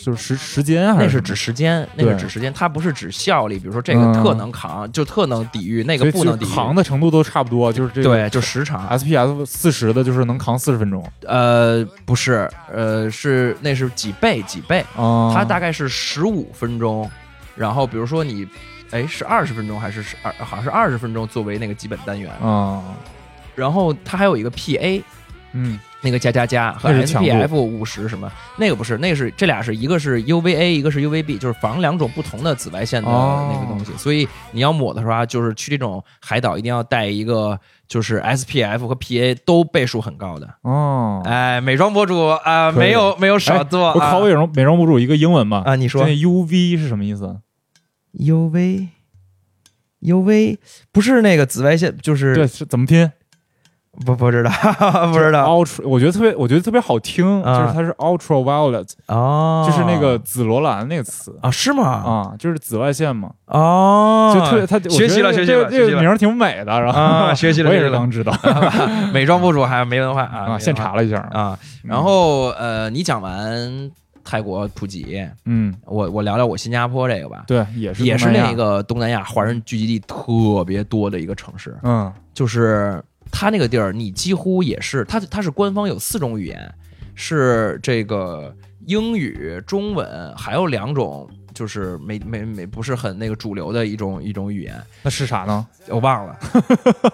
Speaker 1: 就是时时间还
Speaker 2: 那
Speaker 1: 是什
Speaker 2: 是
Speaker 1: 么
Speaker 2: 指时间，那是
Speaker 1: 对
Speaker 2: 指时间，它不是指效力。比如说这个
Speaker 1: 嗯
Speaker 2: 特能扛，就特能抵御，那
Speaker 1: 所
Speaker 2: 个
Speaker 1: 以
Speaker 2: 不
Speaker 1: 就
Speaker 2: 能抵御。
Speaker 1: 扛的程度都差不多，就是这个
Speaker 2: 对，就时
Speaker 1: 啊
Speaker 2: 长。
Speaker 1: SPF 四十的，就是能扛四十分钟
Speaker 2: 呃，不是，呃，是那是几倍几倍，
Speaker 1: 啊。
Speaker 2: 它大概是十五分钟，然后比如说你，哎，是二十分钟还是是二，好像是二十分钟作为那个基本单元，
Speaker 1: 啊，
Speaker 2: 然后它还有一个 PA。
Speaker 1: 嗯
Speaker 2: 那个加加加和
Speaker 1: 那是强度
Speaker 2: SPF 五十什么，那个不是，那个是这俩是一个是 UVA，一个是 UVB，就是防两种不同的紫外线的
Speaker 1: 哦
Speaker 2: 那个东西。所以你要抹的时候啊，就是去这种海岛一定要带一个，就是 SPF 和 PA 都倍数很高的。
Speaker 1: 哦，
Speaker 2: 哎，美妆博主啊、
Speaker 1: 可以哎
Speaker 2: 没有没有少做、
Speaker 1: 我考
Speaker 2: 啊
Speaker 1: 美容美容博主一个英文嘛？
Speaker 2: 啊你说
Speaker 1: 那 UV 是什么意思？
Speaker 2: UV UV 不是那个紫外线，就是
Speaker 1: 对，是怎么拼？
Speaker 2: 不不知道 不知道
Speaker 1: Ultra，我觉得特别，我觉得特别好听，
Speaker 2: 啊
Speaker 1: 就是它是 ultraviolet，
Speaker 2: 哦，
Speaker 1: 就是那个紫罗兰那个词
Speaker 2: 啊是吗？
Speaker 1: 啊，就是紫外线嘛，
Speaker 2: 哦，
Speaker 1: 就特别它
Speaker 2: 学习了
Speaker 1: 我觉
Speaker 2: 学习
Speaker 1: 得这
Speaker 2: 了
Speaker 1: 个这
Speaker 2: 学习
Speaker 1: 个
Speaker 2: 了
Speaker 1: 名儿挺美的，然
Speaker 2: 啊
Speaker 1: 后
Speaker 2: 学习了
Speaker 1: 我也
Speaker 2: 学
Speaker 1: 是
Speaker 2: 习了
Speaker 1: 刚知道
Speaker 2: 美妆博主还没文化啊没文
Speaker 1: 啊，
Speaker 2: 化
Speaker 1: 现查了嗯一下
Speaker 2: 啊。然后呃，你讲完泰国普吉，
Speaker 1: 嗯，
Speaker 2: 我我聊聊我新加坡这个吧，
Speaker 1: 对，也是
Speaker 2: 也是
Speaker 1: 东南亚
Speaker 2: 那，个东南亚华人聚集地特别多的一个城市，
Speaker 1: 嗯
Speaker 2: 就是它那个地儿你几乎也是，它它是官方有四种语言，是这个英语、中文，还有两种就是没没没不是很那个主流的一种一种语言，
Speaker 1: 那是啥呢？
Speaker 2: 我忘了，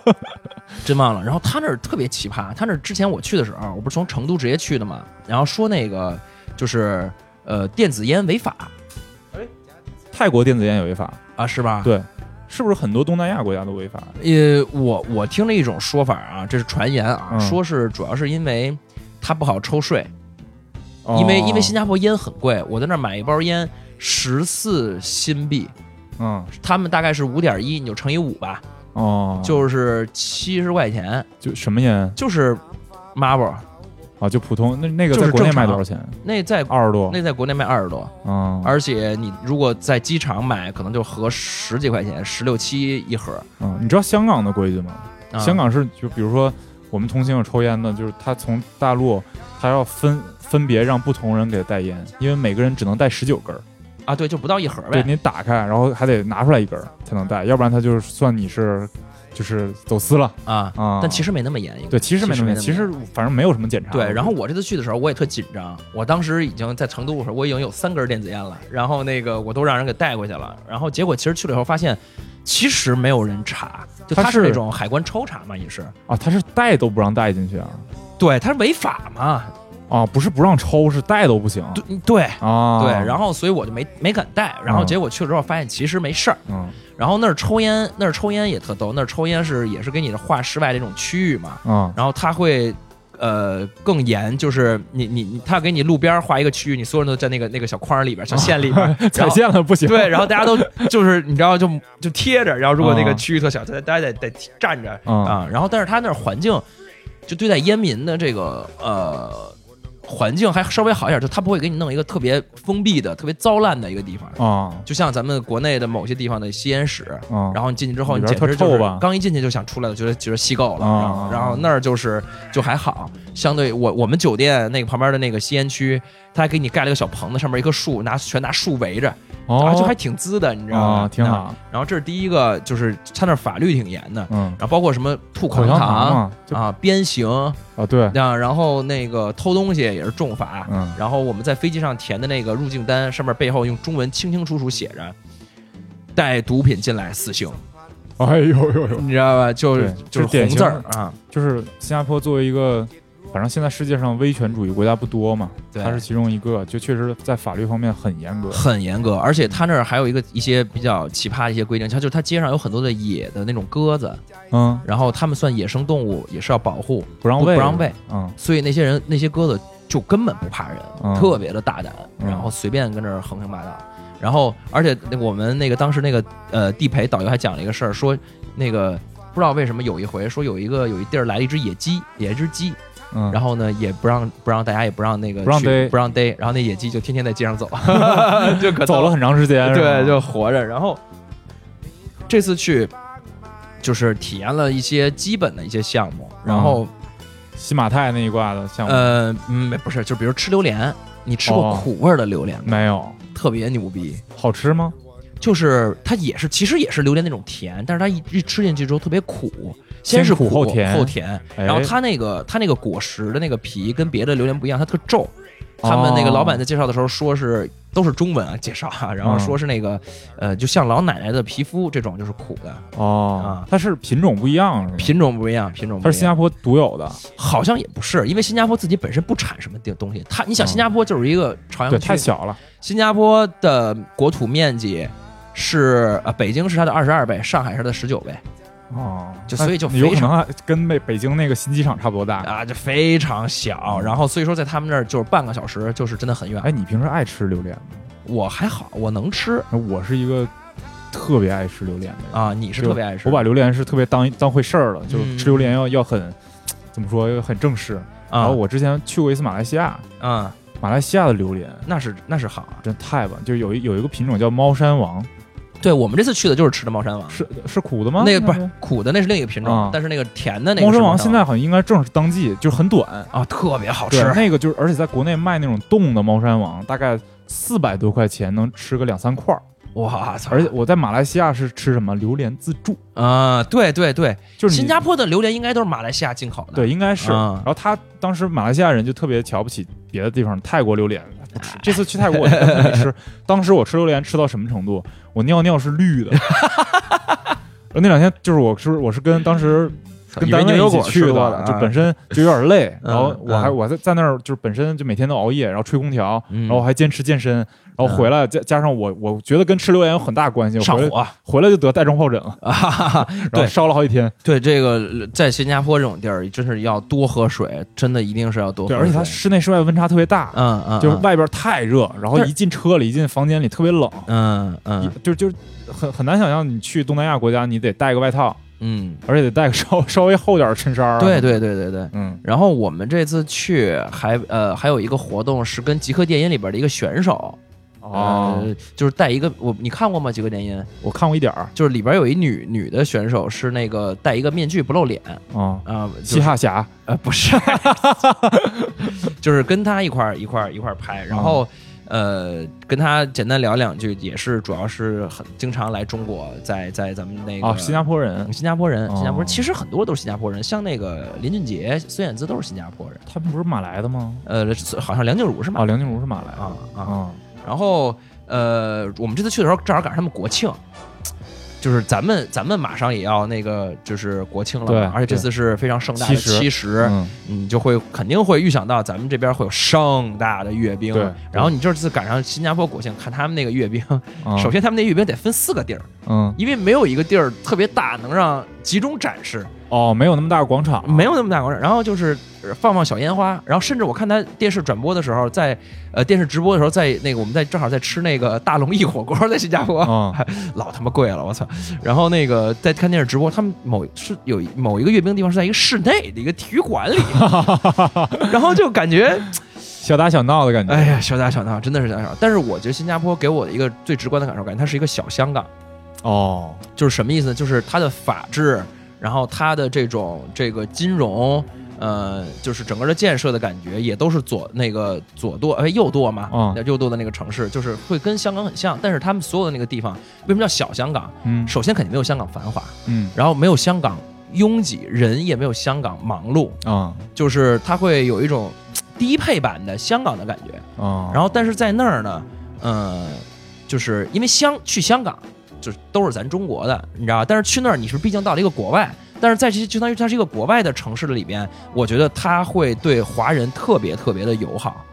Speaker 2: 真忘了。然后他那儿特别奇葩，他那儿之前我去的时候，我不是从成都直接去的嘛，然后说那个就是呃电子烟违法
Speaker 1: 泰国电子烟有违法，
Speaker 2: 啊，是吧？
Speaker 1: 对，是不是很多东南亚国家都违法？
Speaker 2: 呃，我我听了一种说法啊，这是传言啊，
Speaker 1: 嗯
Speaker 2: 说是主要是因为它不好抽税，因为因为新
Speaker 1: 加
Speaker 2: 加坡烟很贵，我在那儿买一包烟十四新币，
Speaker 1: 嗯
Speaker 2: 他们大概是五点一，你就乘以五吧，
Speaker 1: 哦，
Speaker 2: 就是七十块钱，
Speaker 1: 就什么烟
Speaker 2: 就是 Marble，
Speaker 1: 啊？就普通那那个
Speaker 2: 就
Speaker 1: 在
Speaker 2: 是
Speaker 1: 国内
Speaker 2: 正常
Speaker 1: 卖多少钱？
Speaker 2: 那在
Speaker 1: 二十多
Speaker 2: 那在国内卖二十多，
Speaker 1: 嗯，
Speaker 2: 而且你如果在机场买，可能就合十几块钱，十六七一盒。
Speaker 1: 嗯，你知道香港的规矩吗？
Speaker 2: 啊
Speaker 1: 香港是就比如说我们同行有抽烟的，就是他从大陆他要分分别让不同人给他带烟，因为每个人只能带十九根儿，
Speaker 2: 啊，对，就不到一盒呗。
Speaker 1: 对你打开，然后还得拿出来一根儿才能带，要不然他就是算你是就是走私了
Speaker 2: 啊，
Speaker 1: 啊。
Speaker 2: 但其实没那么严。应该
Speaker 1: 对，其实没那么严，
Speaker 2: 其
Speaker 1: 其
Speaker 2: 实没
Speaker 1: 实反正没有什么检查。
Speaker 2: 对，然后我这次去的时候，我也特紧张。我当时已经在成都的时候，我已经有三根电子烟了，然后那个我都让人给带过去了。然后结果其实去了以后发现，其实没有人查，就
Speaker 1: 他
Speaker 2: 他是那
Speaker 1: 是
Speaker 2: 种海关抽查嘛，也是。
Speaker 1: 啊，他是带都不让带进去啊。
Speaker 2: 对，他是违法嘛？
Speaker 1: 啊，不是不让抽，是带都不行
Speaker 2: 对对
Speaker 1: 啊。
Speaker 2: 对，然后所以我就没没敢带。然后
Speaker 1: 嗯
Speaker 2: 结果去了之后发现其实没事儿。
Speaker 1: 嗯
Speaker 2: 然后那儿抽烟，那儿抽烟也特逗，那儿抽烟是也是给你划室外这种区域嘛，
Speaker 1: 啊，
Speaker 2: 然后他会。呃，更严就是你你你，他给你路边儿划一个区域，你所有人都在那个那个小框里边儿、小线里边儿
Speaker 1: 踩
Speaker 2: 然后
Speaker 1: 线了不行。
Speaker 2: 对，然后大家都就是你知道就就贴着，然后如果那个
Speaker 1: 啊
Speaker 2: 区域特小，大家大家得得站着
Speaker 1: 嗯
Speaker 2: 啊。然后但是他那儿环境，就对待烟民的这个呃环境还稍微好一点，就他不会给你弄一个特别封闭的、特别糟烂的一个地方，
Speaker 1: 啊
Speaker 2: 就像咱们国内的某些地方的吸烟室，
Speaker 1: 啊，
Speaker 2: 然后你进去之后，
Speaker 1: 里
Speaker 2: 你
Speaker 1: 边
Speaker 2: 简直
Speaker 1: 特
Speaker 2: 就
Speaker 1: 臭
Speaker 2: 是
Speaker 1: 吧
Speaker 2: 刚一进去就想出来了，觉得觉得吸够了。
Speaker 1: 啊
Speaker 2: 然后
Speaker 1: 啊
Speaker 2: 然后那儿就是就还好，相对我我们酒店那个旁边的那个吸烟区，他还给你盖了个小棚子，上面一棵树，拿全拿树围着，
Speaker 1: 哦
Speaker 2: 啊，就还挺滋的，你知道吗？
Speaker 1: 啊挺好，
Speaker 2: 然后这是第一个，就是他那儿法律挺严的，
Speaker 1: 嗯，
Speaker 2: 然后包括什么吐口
Speaker 1: 口
Speaker 2: 香
Speaker 1: 香
Speaker 2: 糖
Speaker 1: 糖嘛就
Speaker 2: 啊、鞭刑
Speaker 1: 啊对，
Speaker 2: 啊，然后那个偷东西也是重罚。
Speaker 1: 嗯
Speaker 2: 然后我们在飞机上填的那个入境单上面背后用中文清清楚楚写着，带毒品进来死刑。
Speaker 1: 哎呦呦呦，
Speaker 2: 你知道吧？就是
Speaker 1: 对
Speaker 2: 就是
Speaker 1: 是典
Speaker 2: 红
Speaker 1: 型
Speaker 2: 字儿啊，
Speaker 1: 就是新加坡作为一个，反正现在世界上威权主义国家不多嘛，
Speaker 2: 对
Speaker 1: 它是其中一个，就确实在法律方面很严格。
Speaker 2: 很严格。而且他那儿还有一个一些比较奇葩的一些规定，它就是他街上有很多的野的那种鸽子，
Speaker 1: 嗯，
Speaker 2: 然后他们算野生动物，也是要保护，
Speaker 1: 不让喂，
Speaker 2: 不让喂，
Speaker 1: 嗯
Speaker 2: 所以那些人那些鸽子就根本不怕人，
Speaker 1: 嗯
Speaker 2: 特别的大胆，
Speaker 1: 嗯
Speaker 2: 然后随便跟这儿横行霸道。然后，而且那我们那个当时那个呃地陪导游还讲了一个事儿，说那个不知道为什么有一回说有一个有一地儿来了一只野鸡，野一只鸡，
Speaker 1: 嗯，
Speaker 2: 然后呢，也不让不让大家也不让那个
Speaker 1: 不让
Speaker 2: 去
Speaker 1: 逮
Speaker 2: 不让逮，然后那野鸡就天天在街上 走，就可
Speaker 1: 走了
Speaker 2: 逗
Speaker 1: 很长时间，是吧
Speaker 2: 对，就活着。然后这次去就是体验了一些基本的一些项目，然后、
Speaker 1: 西马泰那一挂的项目
Speaker 2: 呃嗯不是，就比如吃榴莲，你吃过
Speaker 1: 哦
Speaker 2: 苦味儿的榴莲吗？
Speaker 1: 没有，
Speaker 2: 特别牛逼，
Speaker 1: 好吃吗？
Speaker 2: 就是它也是其实也是榴莲那种甜，但是它一一吃进去之后特别苦，先是
Speaker 1: 先苦后甜
Speaker 2: 后甜，
Speaker 1: 哎
Speaker 2: 然后它那个它那个果实的那个皮跟别的榴莲不一样，它特皱。他们那
Speaker 1: 哦
Speaker 2: 个老板在介绍的时候说是都是中文啊介绍啊，
Speaker 1: 嗯
Speaker 2: 然后说是那个呃，就像老奶奶的皮肤这种就是苦的，啊
Speaker 1: 哦，它是品种不一样，是吗？
Speaker 2: 品种不一样，品种不
Speaker 1: 它
Speaker 2: 一
Speaker 1: 是新
Speaker 2: 样。
Speaker 1: 加坡独有的，
Speaker 2: 好像也不是，因为新加坡自己本身不产什么东西，它你想
Speaker 1: 嗯
Speaker 2: 新加坡嗯就是一个朝
Speaker 1: 对，
Speaker 2: 阳
Speaker 1: 太
Speaker 2: 区，
Speaker 1: 小了，
Speaker 2: 新加坡的国土面积。是呃，北京是它的二十二倍，上海是它的十九倍
Speaker 1: 哦，
Speaker 2: 就
Speaker 1: 那
Speaker 2: 所以就
Speaker 1: 有
Speaker 2: 非
Speaker 1: 可
Speaker 2: 常
Speaker 1: 能还跟北北京那个新机场差不多大。
Speaker 2: 啊，就非常小。然后所以说，在他们那儿就是半个小时，就是真的很远。
Speaker 1: 哎，你平时爱吃榴莲吗？
Speaker 2: 我还好，我能吃
Speaker 1: 那我是一个特别爱吃榴莲的人。
Speaker 2: 啊，你是特别爱吃
Speaker 1: 我把榴莲是特别当当回事儿了，就
Speaker 2: 嗯
Speaker 1: 是吃榴莲要要很怎么说，要很正式。然
Speaker 2: 啊，
Speaker 1: 后我之前去过一次马来西亚，
Speaker 2: 啊，
Speaker 1: 马来西亚的榴莲
Speaker 2: 那是那是好啊。
Speaker 1: 真太棒，就有一有一个品种叫猫山王，
Speaker 2: 对我们这次去的就是吃的猫山王，
Speaker 1: 是是苦的吗？
Speaker 2: 那个不是苦的，那是另一个品种，
Speaker 1: 啊
Speaker 2: 但是那个甜的那个
Speaker 1: 猫
Speaker 2: 是
Speaker 1: 山王，现在好像应该正是当季，就是很短。
Speaker 2: 啊特别好吃
Speaker 1: 对，，那个
Speaker 2: 啊
Speaker 1: 就是，而且在国内卖那种冻的猫山王，大概四百多块钱能吃个两三块儿，
Speaker 2: 哇操！
Speaker 1: 而且我在马来西亚是吃什么榴莲自助，
Speaker 2: 啊，对对对，
Speaker 1: 就是你
Speaker 2: 新加坡的榴莲应该都是马来西亚进口的。
Speaker 1: 对，应该是。
Speaker 2: 嗯
Speaker 1: 然后他当时马来西亚人就特别瞧不起别的地方泰国榴莲，不吃。这次去泰国我根本没吃，当时我吃榴莲吃到什么程度？我尿尿是绿 的。然后那两天就是我是我是跟当时
Speaker 2: 操，
Speaker 1: 跟
Speaker 2: 以为
Speaker 1: 单
Speaker 2: 牛油
Speaker 1: 位一起
Speaker 2: 果
Speaker 1: 去
Speaker 2: 吃
Speaker 1: 的，
Speaker 2: 多了，
Speaker 1: 就
Speaker 2: 啊
Speaker 1: 本身就有点累，然后我还
Speaker 2: 嗯
Speaker 1: 我在在那儿就是本身就每天都熬夜，然后吹空调，
Speaker 2: 嗯
Speaker 1: 然后我还坚持健身，然后回来加加上我我觉得跟吃榴莲有很大关系，我
Speaker 2: 上
Speaker 1: 回来
Speaker 2: 火。啊
Speaker 1: 回来就得带状疱疹了，然后
Speaker 2: 对
Speaker 1: 烧了好几天，
Speaker 2: 对这个，在新加坡这种地儿，真是要多喝水，真的一定是要多喝
Speaker 1: 对，
Speaker 2: 水。
Speaker 1: 而且它室内室外温差特别大，
Speaker 2: 嗯嗯，
Speaker 1: 就是
Speaker 2: 嗯
Speaker 1: 外边太热，然后
Speaker 2: 但是
Speaker 1: 一进车里一进房间里特别冷，
Speaker 2: 嗯嗯
Speaker 1: 一就就很很难想象你去东南亚国家，你得带个外套，
Speaker 2: 嗯，
Speaker 1: 而且得带个 稍稍微厚点的衬衫儿啊。
Speaker 2: 对对对对对。
Speaker 1: 嗯，
Speaker 2: 然后我们这次去还呃还有一个活动是跟《极客电音》里边的一个选手
Speaker 1: 哦，
Speaker 2: 呃就是带一个我你看过吗？《极客电音》
Speaker 1: 我看过一点儿
Speaker 2: 就是里边有一女女的选手是那个戴一个面具不露脸
Speaker 1: 啊，
Speaker 2: 啊，
Speaker 1: 嘻哈侠
Speaker 2: 呃不是，就是跟他一块儿一块儿一块儿拍，然
Speaker 1: 嗯
Speaker 2: 后。呃，跟他简单聊两句，也是主要是很经常来中国，在在咱们那个、
Speaker 1: 啊，新加坡人，
Speaker 2: 新加坡人，新加坡
Speaker 1: 哦
Speaker 2: 人其实很多都是新加坡人，像那个林俊杰、孙燕姿都是新加坡人。
Speaker 1: 他们不是马来的吗？
Speaker 2: 呃，好像梁静茹是
Speaker 1: 啊，
Speaker 2: 吗？
Speaker 1: 梁静茹是马来的
Speaker 2: 啊啊！
Speaker 1: 啊，
Speaker 2: 然后呃，我们这次去的时候正好赶上他们国庆，就是咱们咱们马上也要那个就是国庆了
Speaker 1: 对
Speaker 2: 嘛，而且这
Speaker 1: 对
Speaker 2: 次是非常盛大的
Speaker 1: 70
Speaker 2: 七十，
Speaker 1: 嗯，
Speaker 2: 你就会肯定会预想到咱们这边会有盛大的阅兵
Speaker 1: 对，
Speaker 2: 然后你这次赶上新加坡国庆，看他们那个阅兵，
Speaker 1: 啊
Speaker 2: 首先他们那阅兵得分四个地儿，
Speaker 1: 嗯，
Speaker 2: 因为没有一个地儿特别大能让集中展示，
Speaker 1: 哦，没有那么大个广场，
Speaker 2: 没有那么大广场，然后就是呃放放小烟花，然后甚至我看他电视转播的时候，在呃电视直播的时候，在那个我们在正好在吃那个大龙燚火锅，在新加坡、
Speaker 1: 啊，
Speaker 2: 老他妈贵了，我操！然后那个在看电视直播，他们某是有一某一个阅兵地方是在一个室内的一个体育馆 里，然后就感觉
Speaker 1: 小打小闹的感觉。
Speaker 2: 哎呀小打小闹，真的是小打小闹。但是我觉得新加坡给我的一个最直观的感受，感觉它是一个小香港。
Speaker 1: 哦，
Speaker 2: 就是什么意思呢？就是它的法治，然后它的这种这个金融，呃，就是整个的建设的感觉，也都是左那个左舵哎右舵嘛，
Speaker 1: 嗯
Speaker 2: 右舵的那个城市，就是会跟香港很像，但是他们所有的那个地方为什么叫小香港？
Speaker 1: 嗯
Speaker 2: 首先肯定没有香港繁华，
Speaker 1: 嗯
Speaker 2: 然后没有香港拥挤，人也没有香港忙碌，
Speaker 1: 啊
Speaker 2: 就是它会有一种嘖低配版的香港的感觉。
Speaker 1: 啊，
Speaker 2: 然后但是在那儿呢，呃，就是因为香去香港就是都是咱中国的，你知道吧？但是去那儿你是毕竟到了一个国外，但是在这些就相当于它是一个国外的城市的里边，我觉得它会对华人特别特别的友好。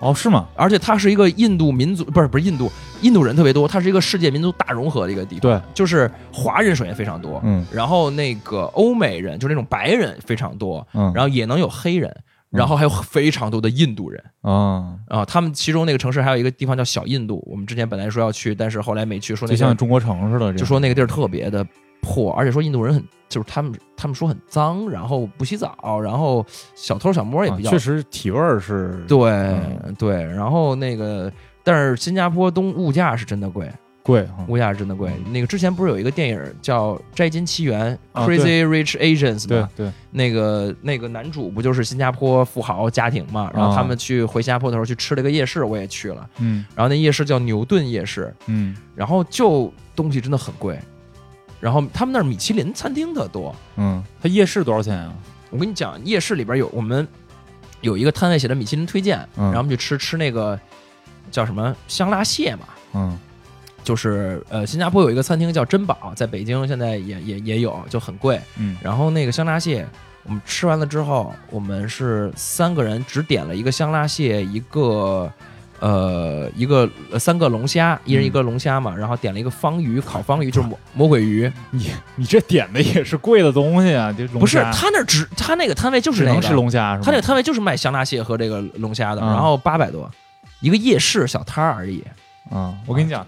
Speaker 1: 哦是吗？
Speaker 2: 而且它是一个印度民族，不是不是印度，印度人特别多，它是一个世界民族大融合的一个地方。
Speaker 1: 对，
Speaker 2: 就是华人首先非常多，
Speaker 1: 嗯
Speaker 2: 然后那个欧美人就是那种白人非常多，
Speaker 1: 嗯，
Speaker 2: 然后也能有黑人，然后还有非常多的印度人。
Speaker 1: 后啊，
Speaker 2: 啊，他们其中那个城市还有一个地方叫小印度，我们之前本来说要去，但是后来没去，说那
Speaker 1: 就
Speaker 2: 地儿
Speaker 1: 像中国城似的，
Speaker 2: 就
Speaker 1: 这样
Speaker 2: 说那个地儿特别的破，而且说印度人很就是他们他们说很脏，然后不洗澡，然后小偷小摸也
Speaker 1: 啊
Speaker 2: 比较、
Speaker 1: 确实体味儿是
Speaker 2: 对、
Speaker 1: 嗯
Speaker 2: 对，然后那个但是新加坡东物价是真的贵，
Speaker 1: 贵啊
Speaker 2: 物价是真的贵。那个之前不是有一个电影叫《摘金奇缘》
Speaker 1: 啊
Speaker 2: （Crazy Rich Asians）
Speaker 1: 对
Speaker 2: 吗？
Speaker 1: 对，
Speaker 2: 那个那个男主不就是新加坡富豪家庭嘛？然
Speaker 1: 啊
Speaker 2: 后他们去回新加坡的时候去吃了个夜市，我也去了。
Speaker 1: 嗯
Speaker 2: 然后那夜市叫牛顿夜市，
Speaker 1: 嗯
Speaker 2: 然后就东西真的很贵，然后他们那儿米其林餐厅特多。
Speaker 1: 嗯，它夜市多少钱啊？
Speaker 2: 我跟你讲，夜市里边有我们有一个摊位写的米其林推荐，
Speaker 1: 嗯
Speaker 2: 然后我们去吃吃那个叫什么香辣蟹嘛，
Speaker 1: 嗯
Speaker 2: 就是呃新加坡有一个餐厅叫珍宝，在北京现在也也也有，就很贵。
Speaker 1: 嗯
Speaker 2: 然后那个香辣蟹。我们吃完了之后，我们是三个人只点了一个香辣蟹，一个呃一个呃三个龙虾，一人一个
Speaker 1: 嗯
Speaker 2: 龙虾嘛，然后点了一个方鱼，烤方鱼就是魔魔鬼鱼，
Speaker 1: 你你这点的也是贵的东西啊，这龙虾
Speaker 2: 不是他那只他那个摊位就是
Speaker 1: 只
Speaker 2: 那
Speaker 1: 能
Speaker 2: 个，
Speaker 1: 吃龙虾是吗？
Speaker 2: 他那个摊位就是卖香辣蟹和这个龙虾的，
Speaker 1: 嗯
Speaker 2: 然后八百多，一个夜市小摊儿而已。
Speaker 1: 啊，我跟你讲，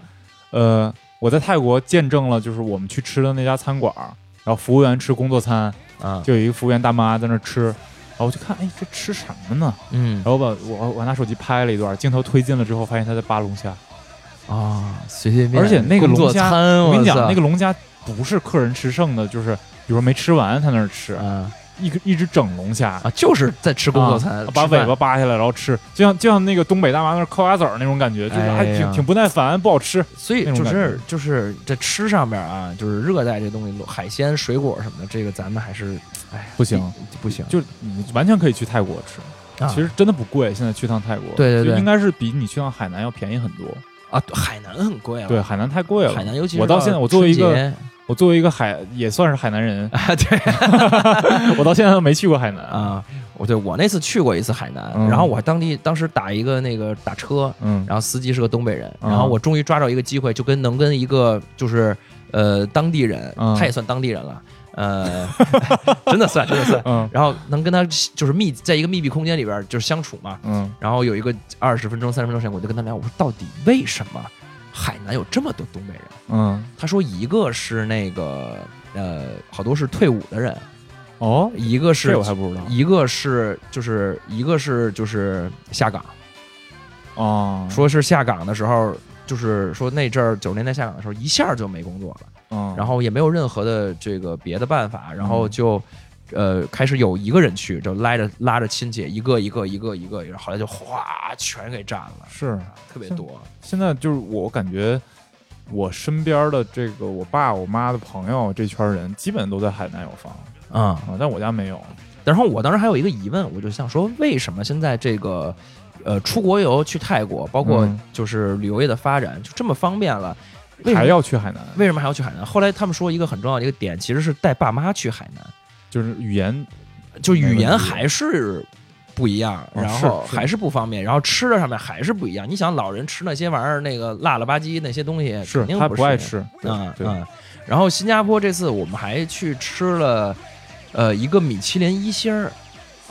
Speaker 1: 呃，我在泰国见证了，就是我们去吃的那家餐馆儿，然后服务员吃工作餐，
Speaker 2: 啊，
Speaker 1: 就有一个服务员大妈在那儿吃，然后我就看，哎，这吃什么呢？
Speaker 2: 嗯
Speaker 1: 然后我把我我拿手机拍了一段，镜头推进了之后，发现他在扒龙虾。
Speaker 2: 啊，随随便便，
Speaker 1: 而且那个
Speaker 2: 工作
Speaker 1: 龙虾
Speaker 2: 餐，
Speaker 1: 我跟你讲
Speaker 2: 哦操，
Speaker 1: 那个龙虾不是客人吃剩的，就是比如说没吃完他那儿吃，
Speaker 2: 嗯
Speaker 1: 一个一只整龙虾，
Speaker 2: 啊，就是在吃工作餐，
Speaker 1: 啊把
Speaker 2: 吃饭
Speaker 1: 尾巴扒下来然后吃，就像就像那个东北大妈那儿嗑瓜子儿那种感觉，就是
Speaker 2: 哎
Speaker 1: 还
Speaker 2: 呀
Speaker 1: 挺、挺不耐烦，不好吃。
Speaker 2: 所以
Speaker 1: 那
Speaker 2: 就
Speaker 1: 种
Speaker 2: 是
Speaker 1: 感
Speaker 2: 就是在吃上面啊，就是热带这东西，海鲜、水果什么的，这个咱们还是哎
Speaker 1: 不行，
Speaker 2: 不行，
Speaker 1: 就是你完全可以去泰国吃，
Speaker 2: 啊
Speaker 1: 其实真的不贵。现在去趟泰国，
Speaker 2: 对对
Speaker 1: 就
Speaker 2: 对
Speaker 1: 应该是比你去趟海南要便宜很多。
Speaker 2: 啊，海南很贵啊，
Speaker 1: 对，海南太贵了。
Speaker 2: 海南尤其是
Speaker 1: 我到现在，我作为一
Speaker 2: 春
Speaker 1: 个
Speaker 2: 节，
Speaker 1: 我作为一个海也算是海南人
Speaker 2: 啊，对
Speaker 1: 我到现在都没去过海南。
Speaker 2: 啊，我对我那次去过一次海南，
Speaker 1: 嗯
Speaker 2: 然后我当地当时打一个那个打车，
Speaker 1: 嗯
Speaker 2: 然后司机是个东北人，
Speaker 1: 嗯
Speaker 2: 然后我终于抓着一个机会，就跟能跟一个就是呃当地人，
Speaker 1: 嗯
Speaker 2: 他也算当地人了，呃， 真的算真的算，
Speaker 1: 嗯
Speaker 2: 然后能跟他就是密在一个密闭空间里边就是相处嘛，
Speaker 1: 嗯，
Speaker 2: 然后有一个二十分钟、三十分钟时间，我就跟他聊，我说到底为什么海南有这么多东北人？
Speaker 1: 嗯，
Speaker 2: 他说一个是那个呃，好多是退伍的人，
Speaker 1: 哦，
Speaker 2: 一个是
Speaker 1: 这我还不知道
Speaker 2: 一个是就是一个是就是下岗，
Speaker 1: 哦，
Speaker 2: 说是下岗的时候。就是说那阵儿九十年代下岗的时候，一下就没工作了，
Speaker 1: 嗯，
Speaker 2: 然后也没有任何的这个别的办法，然后就，呃，开始有一个人去，就拉着拉着亲戚一个一个一个一个，然后后来就哗全给占了，
Speaker 1: 是
Speaker 2: 特别多。
Speaker 1: 现在就是我感觉我身边的这个我爸我妈的朋友这圈人，基本都在海南有房
Speaker 2: 啊、
Speaker 1: 啊，但我家没有。
Speaker 2: 然后我当时还有一个疑问，我就想说，为什么现在这个呃出国游去泰国，包括
Speaker 1: 嗯
Speaker 2: 就是旅游业的发展就这么方便了，为什
Speaker 1: 还
Speaker 2: 么
Speaker 1: 要去海南，
Speaker 2: 为什么还要去海南？后来他们说一个很重要的一个点，其实是带爸妈去海南，
Speaker 1: 就是语言
Speaker 2: 就语
Speaker 1: 没
Speaker 2: 言
Speaker 1: 问题
Speaker 2: 还是。不一样，
Speaker 1: 嗯
Speaker 2: 然后
Speaker 1: 是是
Speaker 2: 还是不方便，然后吃的上面还是不一样。你想老人吃那些玩意儿，那个辣了吧唧那些东西，
Speaker 1: 是
Speaker 2: 哎肯定
Speaker 1: 他
Speaker 2: 不
Speaker 1: 不爱
Speaker 2: 是
Speaker 1: 吃，对
Speaker 2: 啊
Speaker 1: 对，
Speaker 2: 啊！然后新加坡这次我们还去吃了，呃，一个米其林一星儿，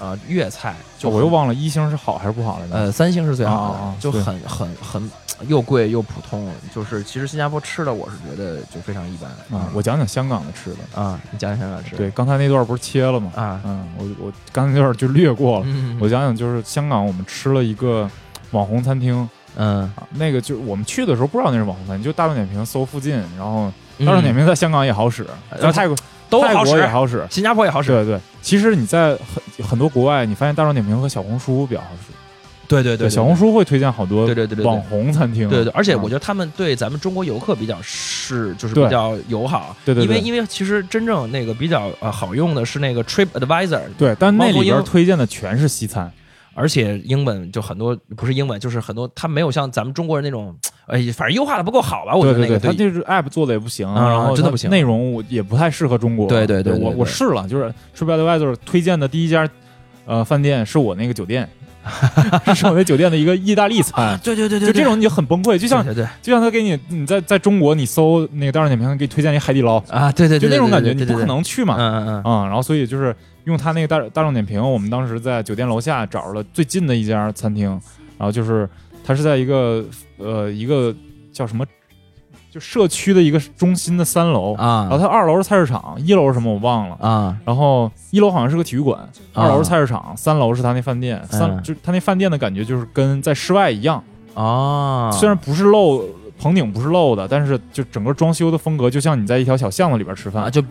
Speaker 2: 啊，粤菜，就
Speaker 1: 哦我又
Speaker 2: 很
Speaker 1: 忘了一星是好还是不好来着。
Speaker 2: 呃，三星是最好的，
Speaker 1: 啊啊啊
Speaker 2: 就是很很很又贵又普通，就是其实新加坡吃的我是觉得就非常一般嗯
Speaker 1: 啊，我讲讲香港的吃的。
Speaker 2: 啊，你讲讲想吃
Speaker 1: 对，刚才那段不是切了吗？
Speaker 2: 啊，
Speaker 1: 嗯，我我刚才那段就略过了。
Speaker 2: 嗯
Speaker 1: 我讲讲，就是香港，我们吃了一个网红餐厅
Speaker 2: 嗯，
Speaker 1: 啊，那个就是我们去的时候不知道那是网红餐厅，就大众点评搜附近，然后
Speaker 2: 嗯呃
Speaker 1: 大众点评在香港也好使，在泰国
Speaker 2: 都好
Speaker 1: 泰国也
Speaker 2: 使，
Speaker 1: 好使，
Speaker 2: 新加坡也好使，
Speaker 1: 对对，其实你在很很多国外，你发现大众点评和小红书比较好使，
Speaker 2: 对对对，
Speaker 1: 小红书会推荐好多
Speaker 2: 对对对对对
Speaker 1: 网红餐厅，啊
Speaker 2: 对对，而且我觉
Speaker 1: 就
Speaker 2: 得他们对咱们中国游客比较是就是
Speaker 1: 对
Speaker 2: 比较友好，
Speaker 1: 对对
Speaker 2: 因为
Speaker 1: 对
Speaker 2: 因为其实真正那个比较呃好用的是那个 Trip Advisor，
Speaker 1: 对，但那里
Speaker 2: 猫头
Speaker 1: 边
Speaker 2: 鹰
Speaker 1: 推荐的全是西餐，
Speaker 2: 而且英文就很多不是英文，就是很多它没有像咱们中国人那种，哎，反正优化的不够好吧？我觉
Speaker 1: 对
Speaker 2: 得那
Speaker 1: 对，
Speaker 2: 个
Speaker 1: 它就是 app 做的也不行，
Speaker 2: 啊
Speaker 1: 然后
Speaker 2: 真的
Speaker 1: 它
Speaker 2: 不行
Speaker 1: 内容我也不太适合中国，
Speaker 2: 对对对对
Speaker 1: 我
Speaker 2: 对
Speaker 1: 我试了，就是 TripAdvisor 推荐的第一家呃饭店是我那个酒店， 是我那酒店的一个意大利 餐。
Speaker 2: 对对对
Speaker 1: 就这种你就很崩溃，就
Speaker 2: 就
Speaker 1: 像
Speaker 2: 对对对
Speaker 1: 就像他给你你在在中国你搜那个大众点评给你推荐一海底捞，
Speaker 2: 啊，对对
Speaker 1: 就
Speaker 2: 对，
Speaker 1: 那种感觉，
Speaker 2: 对
Speaker 1: 你
Speaker 2: 对对对
Speaker 1: 不可
Speaker 2: 对
Speaker 1: 能去嘛。
Speaker 2: 嗯嗯嗯
Speaker 1: 啊、然后所以就是用他那个大大众点评，我们当时在酒店楼下找着了最近的一家餐厅，然后就是它是在一个呃一个叫什么，就社区的一个中心的三楼，然后
Speaker 2: 啊
Speaker 1: 它二楼是菜市场，一楼是什么我忘了。
Speaker 2: 啊
Speaker 1: 然后一楼好像是个体育馆，二楼是菜市场，三楼是他那饭店。三、
Speaker 2: 嗯
Speaker 1: 就他那饭店的感觉就是跟在室外一样，
Speaker 2: 啊，
Speaker 1: 虽然不是露棚顶不是露的，但是就整个装修的风格就像你在一条小巷子里边吃饭，
Speaker 2: 啊就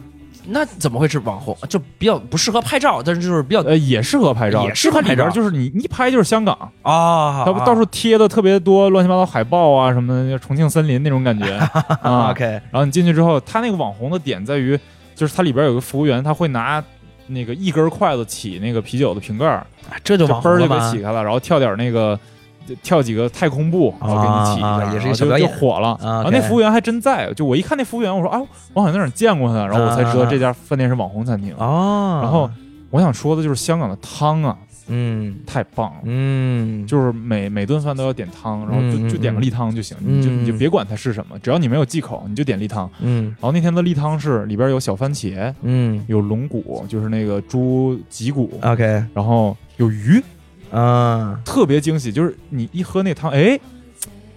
Speaker 2: 那怎么会是网红？就比较不适合拍照，但是就是比较
Speaker 1: 呃，也适合拍照，
Speaker 2: 也适合
Speaker 1: 它里
Speaker 2: 拍照
Speaker 1: 边就是你你一拍就是香港，
Speaker 2: 啊，
Speaker 1: 它不到处贴的特别多乱七八糟海报啊什么的，就重庆森林那种 感觉啊。
Speaker 2: OK
Speaker 1: 然后你进去之后，它那个网红的点在于，就是它里边有个服务员，他会拿那个一根筷子起那个啤酒的瓶盖儿，
Speaker 2: 这就
Speaker 1: 就
Speaker 2: 网
Speaker 1: 嘣
Speaker 2: 红
Speaker 1: 儿
Speaker 2: 了
Speaker 1: 就给
Speaker 2: 吗
Speaker 1: 起？开了，然后跳点那个。就跳几个太空步，然后给你起一下，
Speaker 2: 啊啊
Speaker 1: 然后
Speaker 2: 也是一个
Speaker 1: 就
Speaker 2: 小表演
Speaker 1: 就火了。
Speaker 2: 啊
Speaker 1: 然后
Speaker 2: ，OK
Speaker 1: 那服务员还真在，就我一看那服务员，我说啊，我好像在哪儿见过他，然后我才知
Speaker 2: 啊
Speaker 1: 道
Speaker 2: 啊啊
Speaker 1: 这家饭店是网红餐厅。
Speaker 2: 哦，
Speaker 1: 然后我想说的就是香港的汤啊，
Speaker 2: 嗯
Speaker 1: 太棒了。
Speaker 2: 嗯，
Speaker 1: 就是每每顿饭都要点汤，然后就
Speaker 2: 嗯嗯
Speaker 1: 就点个
Speaker 2: 嗯
Speaker 1: 例汤就行，你就
Speaker 2: 嗯
Speaker 1: 你就别管它是什么，只要你没有忌口，你就点例汤。
Speaker 2: 嗯
Speaker 1: 然后那天的例汤是里边有小番茄，
Speaker 2: 嗯
Speaker 1: 有龙骨，就是那个猪脊骨，
Speaker 2: ，OK
Speaker 1: 然后有鱼，
Speaker 2: 啊，
Speaker 1: 特别惊喜，就是你一喝那汤，哎，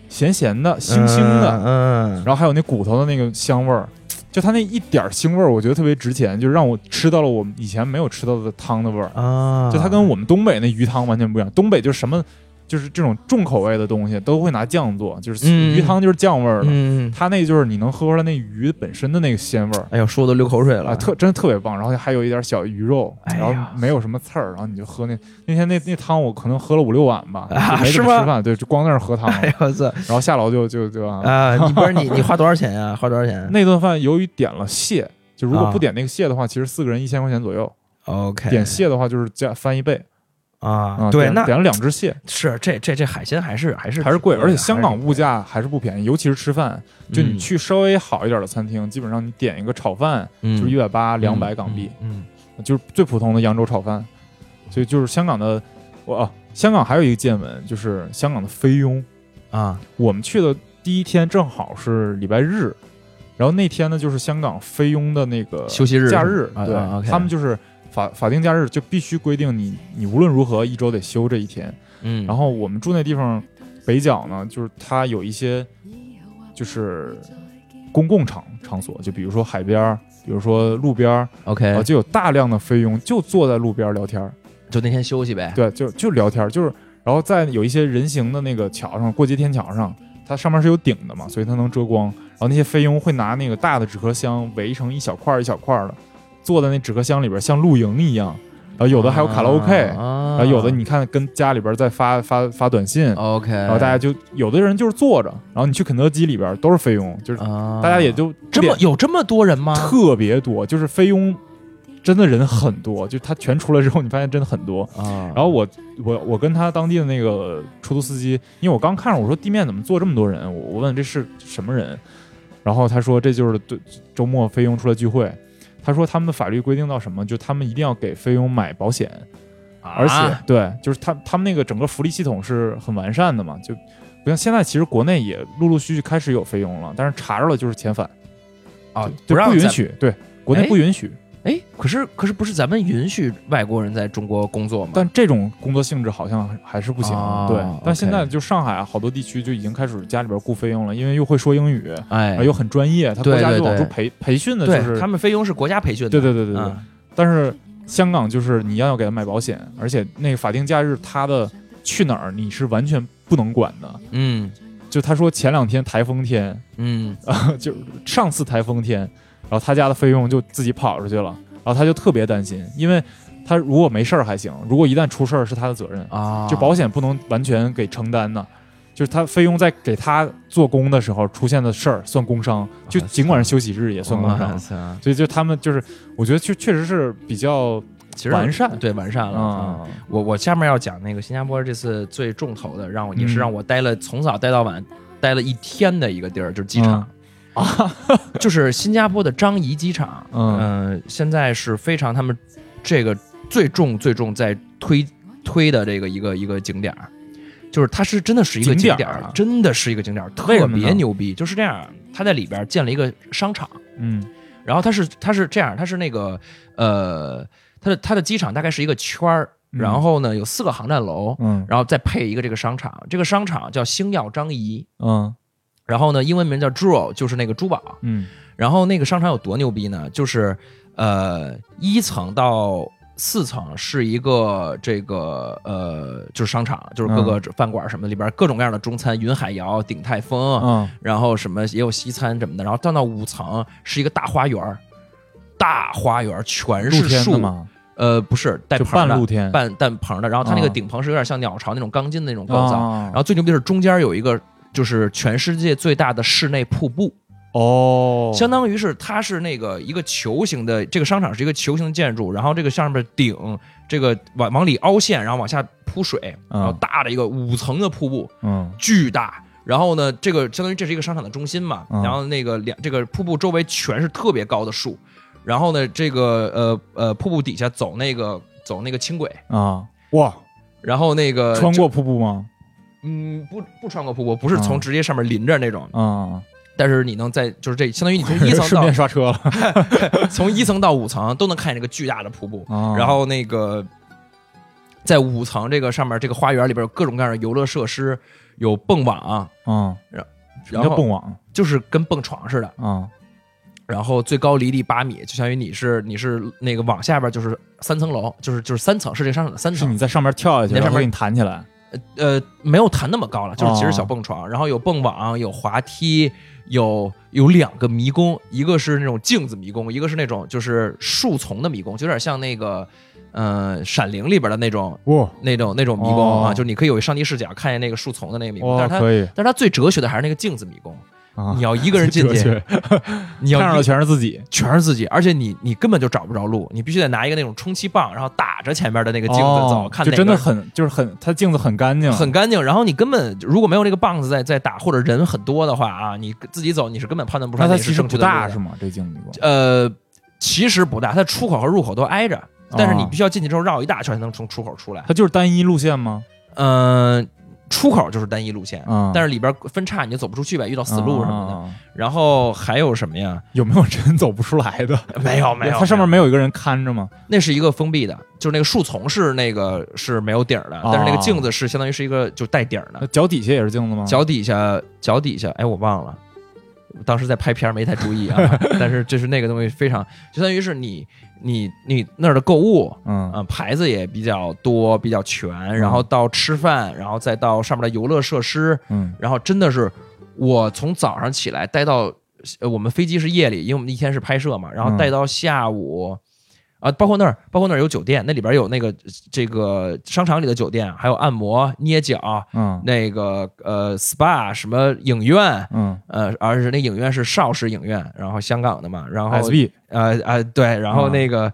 Speaker 1: 咸咸的，腥腥的，
Speaker 2: 嗯，
Speaker 1: 然后还有那骨头的那个香味儿，就它那一点儿腥味儿，我觉得特别值钱，就让我吃到了我以前没有吃到的汤的味儿。
Speaker 2: 啊，
Speaker 1: 就它跟我们东北那鱼汤完全不一样，东北就什么就是这种重口味的东西都会拿酱做，就是
Speaker 2: 嗯
Speaker 1: 鱼汤就是酱味儿的，
Speaker 2: 嗯，
Speaker 1: 它那就是你能喝出来那鱼本身的那个鲜味儿。
Speaker 2: 哎呦，说的流口水了，
Speaker 1: 啊，特真的特别棒，然后还有一点小鱼肉，
Speaker 2: 哎
Speaker 1: 然
Speaker 2: 呀
Speaker 1: 后没有什么刺儿，然后你就喝那那天那那汤，我可能喝了五六碗吧，
Speaker 2: 啊
Speaker 1: 就没怎
Speaker 2: 是吗
Speaker 1: 么吃饭，对，就光在那儿喝汤了，
Speaker 2: 哎呦我操
Speaker 1: 然后下楼就就就啊
Speaker 2: 啊！你不是 你你花多少钱呀？花多少钱
Speaker 1: 那顿饭由于点了蟹，就如果
Speaker 2: 啊
Speaker 1: 不点那个蟹的话，其实四个人一千块钱左右，
Speaker 2: ？OK，
Speaker 1: 点蟹的话就是加翻一倍
Speaker 2: 啊，
Speaker 1: 啊，
Speaker 2: 对，
Speaker 1: 点
Speaker 2: 那
Speaker 1: 点了两只蟹
Speaker 2: 是这这这海鲜还是还是嗯
Speaker 1: 还是贵，而且香港物
Speaker 2: 物
Speaker 1: 价还是不便宜，尤其是吃饭，就你去稍微好一点的餐厅，基本上你点一个炒饭就是一百八两百港币，，
Speaker 2: 嗯
Speaker 1: 就是最普通的扬州炒饭，所以就是香港的我啊，香港还有一个见闻就是香港的菲佣，
Speaker 2: 嗯啊
Speaker 1: 我们去的第一天正好是礼拜日，然后那天呢就是香港菲佣的那个
Speaker 2: 休息日
Speaker 1: 假日，
Speaker 2: 啊
Speaker 1: 对、
Speaker 2: 啊，OK
Speaker 1: 他们就是法法定假日就必须规定你你无论如何一周得休这一天。
Speaker 2: 嗯，
Speaker 1: 然后我们住那地方北角呢，就是它有一些就是公共场场所，就比如说海边儿，比如说路边儿，然后
Speaker 2: OK
Speaker 1: 就有大量的菲佣就坐在路边儿聊天儿，
Speaker 2: 就那天休息呗，
Speaker 1: 对，就就聊天儿，就是然后在有一些人行的那个桥上，过街天桥上，它上面是有顶的嘛，所以它能遮光。然后那些菲佣会拿那个大的纸壳箱围成一小块儿一小块儿的，坐在那纸壳箱里边儿，像露营一样。然后有的还有卡拉 OK，、
Speaker 2: 啊
Speaker 1: 然后有的你看跟家里边儿在发发发短信，
Speaker 2: OK，然
Speaker 1: 然后大家就有的人就是坐着，然后你去肯德基里边儿都是菲佣，就是
Speaker 2: 啊，
Speaker 1: 大家也就
Speaker 2: 这么有这么多人吗？
Speaker 1: 特别多，就是菲佣真的人很多，就他全出来之后，你发现真的很多。
Speaker 2: 啊，然
Speaker 1: 然后我我我跟他当地的那个出租司机，因为我刚看着我说地面怎么坐这么多人，我我问这是什么人，然后他说这就是对周末菲佣出来聚会，他说他们的法律规定到什么，就他们一定要给菲佣买保险，而且、
Speaker 2: 啊
Speaker 1: 对，就是他他们那个整个福利系统是很完善的嘛，就不像现在其实国内也陆陆续续开始有菲佣了，但是查着了就是遣返
Speaker 2: 啊
Speaker 1: 就
Speaker 2: 让
Speaker 1: 不
Speaker 2: 咱
Speaker 1: 允。许，对，国内
Speaker 2: 哎
Speaker 1: 不允许，
Speaker 2: 哎，可是可是不是咱们允许外国人在中国工作吗？
Speaker 1: 但这种工作性质好像还是不行，
Speaker 2: 哦
Speaker 1: 对
Speaker 2: OK。
Speaker 1: 但现在就上海啊好多地区就已经开始家里边雇菲佣了，因为又会说英语，
Speaker 2: 哎
Speaker 1: 啊，又很专业，他
Speaker 2: 对
Speaker 1: 国家
Speaker 2: 对
Speaker 1: 就往出
Speaker 2: 对
Speaker 1: 培培训的就
Speaker 2: 对
Speaker 1: 是
Speaker 2: 他，们菲佣是国家培训的，
Speaker 1: 对对对对对。
Speaker 2: 嗯
Speaker 1: 但是香港就是你要给他买保险，而且那个法定假日他的去哪儿你是完全不能管的。
Speaker 2: 嗯
Speaker 1: 就他说前两天台风天，
Speaker 2: 嗯
Speaker 1: 就上次台风天，然后他家的菲佣就自己跑出去了，然后他就特别担心，因为他如果没事儿还行，如果一旦出事儿是他的责任。
Speaker 2: 啊，
Speaker 1: 就保险不能完全给承担呢。就是他菲佣在给他做工的时候出现的事儿算工
Speaker 2: 啊
Speaker 1: 伤，就尽管是休息日也算工伤。
Speaker 2: 伤，
Speaker 1: 所以就他们就是，嗯我觉得确确实是比较
Speaker 2: 其实
Speaker 1: 完善
Speaker 2: 对完善了。嗯
Speaker 1: 啊，
Speaker 2: 我我下面要讲那个新加坡这次最重头的，让我也是
Speaker 1: 嗯
Speaker 2: 让我待了从早待到晚，待了一天的一个地儿，就是机场。啊， 就是新加坡的樟宜机场，
Speaker 1: 嗯
Speaker 2: 呃现在是非常他们这个最重最重在推推的这个一个一个景点儿，就是它是真的是一个
Speaker 1: 景
Speaker 2: 景
Speaker 1: 点儿啊
Speaker 2: 真的是一个景点儿，特
Speaker 1: 为什么呢
Speaker 2: 别牛逼，就是这样，它在里边儿建了一个商场，
Speaker 1: 嗯
Speaker 2: 然后它是它是这样，它是那个呃，它的它的机场大概是一个圈儿，
Speaker 1: 嗯
Speaker 2: 然后呢有四个航站楼，
Speaker 1: 嗯
Speaker 2: 然后再配一个这个商场，这个商场叫星耀张仪，
Speaker 1: 嗯
Speaker 2: 然后呢英文名叫 Jewel，就是那个珠宝。
Speaker 1: 嗯
Speaker 2: 然后那个商场有多牛逼呢？就是呃一层到。四层是一个这个呃，就是商场，就是各
Speaker 1: 嗯
Speaker 2: 个饭馆什么的里边各种各样的中餐，云海肴、鼎泰丰，啊
Speaker 1: 嗯
Speaker 2: 然后什么也有西餐什么的，然后到到五层是一个大花园儿，大花园儿全
Speaker 1: 露
Speaker 2: 是
Speaker 1: 天的
Speaker 2: 树，
Speaker 1: 嘛，
Speaker 2: 呃，不是带
Speaker 1: 就
Speaker 2: 棚
Speaker 1: 半
Speaker 2: 的
Speaker 1: 露，天
Speaker 2: 半半棚的，然后它那个
Speaker 1: 啊
Speaker 2: 顶棚是有点像鸟巢那种钢筋的那种构造，
Speaker 1: 啊
Speaker 2: 然后最牛逼的是中间有一个。就是全世界最大的室内瀑布，
Speaker 1: 哦，
Speaker 2: 相当于是它是那个一个球形的，这个商场是一个球形的建筑，然后这个上面顶这个往往里凹陷，然后往下铺水，然后
Speaker 1: 嗯
Speaker 2: 大的一个五层的瀑布，
Speaker 1: 嗯
Speaker 2: 巨大。然后呢，这个相当于这是一个商场的中心嘛，
Speaker 1: 嗯
Speaker 2: 然后那个两这个瀑布周围全是特别高的树，然后呢，这个呃呃瀑布底下走那个走那个轻轨，
Speaker 1: 啊呃哇，
Speaker 2: 然后那个
Speaker 1: 穿过瀑布吗？
Speaker 2: 嗯不不穿过瀑布，不是
Speaker 1: 嗯
Speaker 2: 从直接上面临着那种，
Speaker 1: 啊，
Speaker 2: 但是你能在就是这相当于你从一 层
Speaker 1: 顺
Speaker 2: 到
Speaker 1: 便刷车了
Speaker 2: 从一层到五层都能看见这个巨大的瀑布，
Speaker 1: 啊，
Speaker 2: 然后那个在五层这个上面这个花园里边有各种各样的游乐设施，有蹦网，
Speaker 1: 嗯，什
Speaker 2: 然
Speaker 1: 么叫
Speaker 2: 后
Speaker 1: 蹦网
Speaker 2: 就是跟蹦床似的。
Speaker 1: 啊
Speaker 2: 然后最高离地八米，就相当于你是你是那个往下边就是三层楼，就是就是三层是这个商场的三
Speaker 1: 是
Speaker 2: 层
Speaker 1: 你在上面跳下去，
Speaker 2: 你在上
Speaker 1: 然后
Speaker 2: 面
Speaker 1: 给你弹起来
Speaker 2: 呃，没有弹那么高了，就是其
Speaker 1: 哦
Speaker 2: 实小蹦床，然后有蹦网，有滑梯，有有两个迷宫，一个是那种镜子迷宫，一个是那种就是树丛的迷宫，就有点像那个呃《闪灵》里边的那种
Speaker 1: 哇
Speaker 2: 那种那种迷宫啊，
Speaker 1: 哦
Speaker 2: 就是你可以有上帝视角看见那个树丛的那个迷宫，但
Speaker 1: 哇，
Speaker 2: 是它
Speaker 1: 可以
Speaker 2: 但是它最哲学的还是那个镜子迷宫，
Speaker 1: 啊
Speaker 2: 你，要一个人进
Speaker 1: 哲
Speaker 2: 去，
Speaker 1: 学
Speaker 2: 你
Speaker 1: 看上
Speaker 2: 要
Speaker 1: 的
Speaker 2: 一
Speaker 1: 全是自己
Speaker 2: 全是自己，而且你你根本就找不着路，你必须得拿一个那种充气棒，然后打着前面的那个镜子走，
Speaker 1: 哦
Speaker 2: 看
Speaker 1: 就
Speaker 2: 哪
Speaker 1: 真的
Speaker 2: 个
Speaker 1: 很就是很，它镜子很干净，
Speaker 2: 很干净。然后你根本如果没有那个棒子在在打，或者人很多的话啊，你自己走你是根本判断不出
Speaker 1: 那
Speaker 2: 来
Speaker 1: 它
Speaker 2: 哪
Speaker 1: 其
Speaker 2: 是
Speaker 1: 实
Speaker 2: 正确
Speaker 1: 不
Speaker 2: 的路
Speaker 1: 大
Speaker 2: 的
Speaker 1: 是吗？这镜子宫
Speaker 2: 呃，其实不大，它出口和入口都挨着，但是你必须要进去之后绕一大圈才能从出口出来。
Speaker 1: 它就是单一路线吗？
Speaker 2: 嗯、出口就是单一路线，
Speaker 1: 啊，
Speaker 2: 但
Speaker 1: 是
Speaker 2: 是里边分岔你就走不出去呗，遇到死路什么的。
Speaker 1: 的，
Speaker 2: 然后还有什么呀？
Speaker 1: 嗯有没有真走不出来的？
Speaker 2: 没有没有，
Speaker 1: 它上面
Speaker 2: 没有
Speaker 1: 没有一个人看着吗？
Speaker 2: 那是一个封闭的，就是那个树丛是那个是没有顶儿的，但是那个镜子是相当于是一个就带顶儿的
Speaker 1: 那，脚底下也是镜子吗？
Speaker 2: 啊脚底下脚底下，哎，我忘了，当时在拍片儿没太注意啊，但是就是那个东西非常，相当于是你你你那儿的购物。
Speaker 1: 嗯
Speaker 2: 嗯、牌子也比较多，比较全，然后到吃饭，然后再到上面的游乐设施，
Speaker 1: 嗯
Speaker 2: 然后真的是我从早上起来待到，呃，我们飞机是夜里，因为我们一天是拍摄嘛，然后待到下午，啊，包括那儿，包括那儿有酒店，那里边有那个这个商场里的酒店，还有按摩、捏脚，
Speaker 1: 嗯
Speaker 2: 那个呃 SPA 什么影院，
Speaker 1: 嗯
Speaker 2: 呃，而是那影院是邵氏影院，然后香港的嘛，然后
Speaker 1: ，SB
Speaker 2: 呃呃对，然后那个、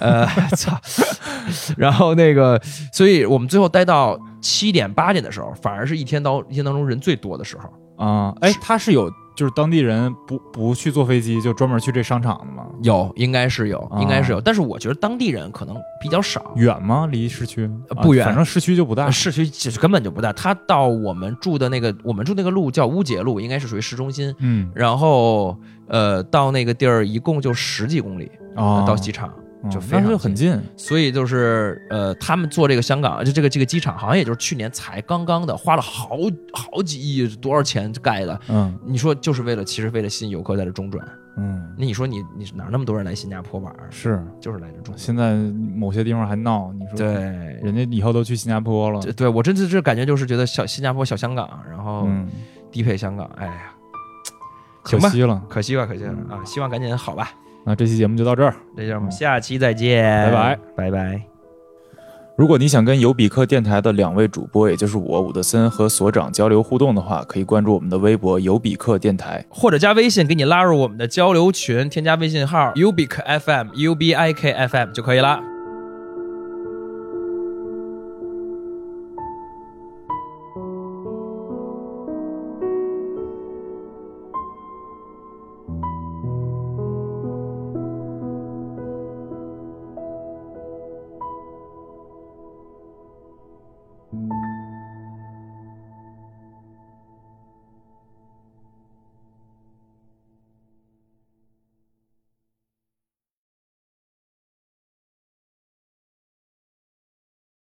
Speaker 2: 呃 操，然后那个，所以我们最后待到七点八点的时候，反而是一天当一天当中人最多的时候，
Speaker 1: 啊，哎，它是有就是当地人不不去坐飞机，就专门去这商场的吗？
Speaker 2: 有应该是有，应该是有，
Speaker 1: 哦
Speaker 2: 但是我觉得当地人可能比较少，
Speaker 1: 远吗？离市区
Speaker 2: 呃不远
Speaker 1: 啊反正市区就不大
Speaker 2: 呃。市区其实根本就不大，他到我们住的那个我们住那个路叫乌节路，应该是属于市中心。
Speaker 1: 嗯
Speaker 2: 然后，呃，到那个地儿一共就十几公里，
Speaker 1: 啊，
Speaker 2: 呃到机场，
Speaker 1: 嗯
Speaker 2: 就非
Speaker 1: 那
Speaker 2: 常
Speaker 1: 就很近
Speaker 2: 所以就是呃，他们做这个香港，就这个这个机场，好像也就是去年才刚刚的，花了好好几亿多少钱盖的。
Speaker 1: 嗯
Speaker 2: 你说就是为了，其实为了吸引游客在这中转。
Speaker 1: 嗯，
Speaker 2: 那你说你你哪那么多人来新加坡玩儿？
Speaker 1: 是
Speaker 2: 就是来这中转。
Speaker 1: 现在某些地方还闹，你说
Speaker 2: 对，
Speaker 1: 人家以后都去新加坡了，
Speaker 2: 这对我真的这感觉就是觉得小新加坡小香港，然后
Speaker 1: 嗯，
Speaker 2: 低配香港，哎呀，
Speaker 1: 可
Speaker 2: 行吧
Speaker 1: 惜了。
Speaker 2: 可惜吧，可惜了啊！希望赶紧好吧，
Speaker 1: 那这期节目就到这儿，
Speaker 2: 那就让我们下期再见，
Speaker 1: 拜拜，
Speaker 2: 嗯拜拜。
Speaker 4: 如果你想跟尤比克电台的两位主播，也就是我伍德森和所长交流互动的话，可以关注我们的微博“尤比克电台”。
Speaker 2: 或者加微信给你拉入我们的交流群，添加微信号 ubic fm u b i k f m 就可以了。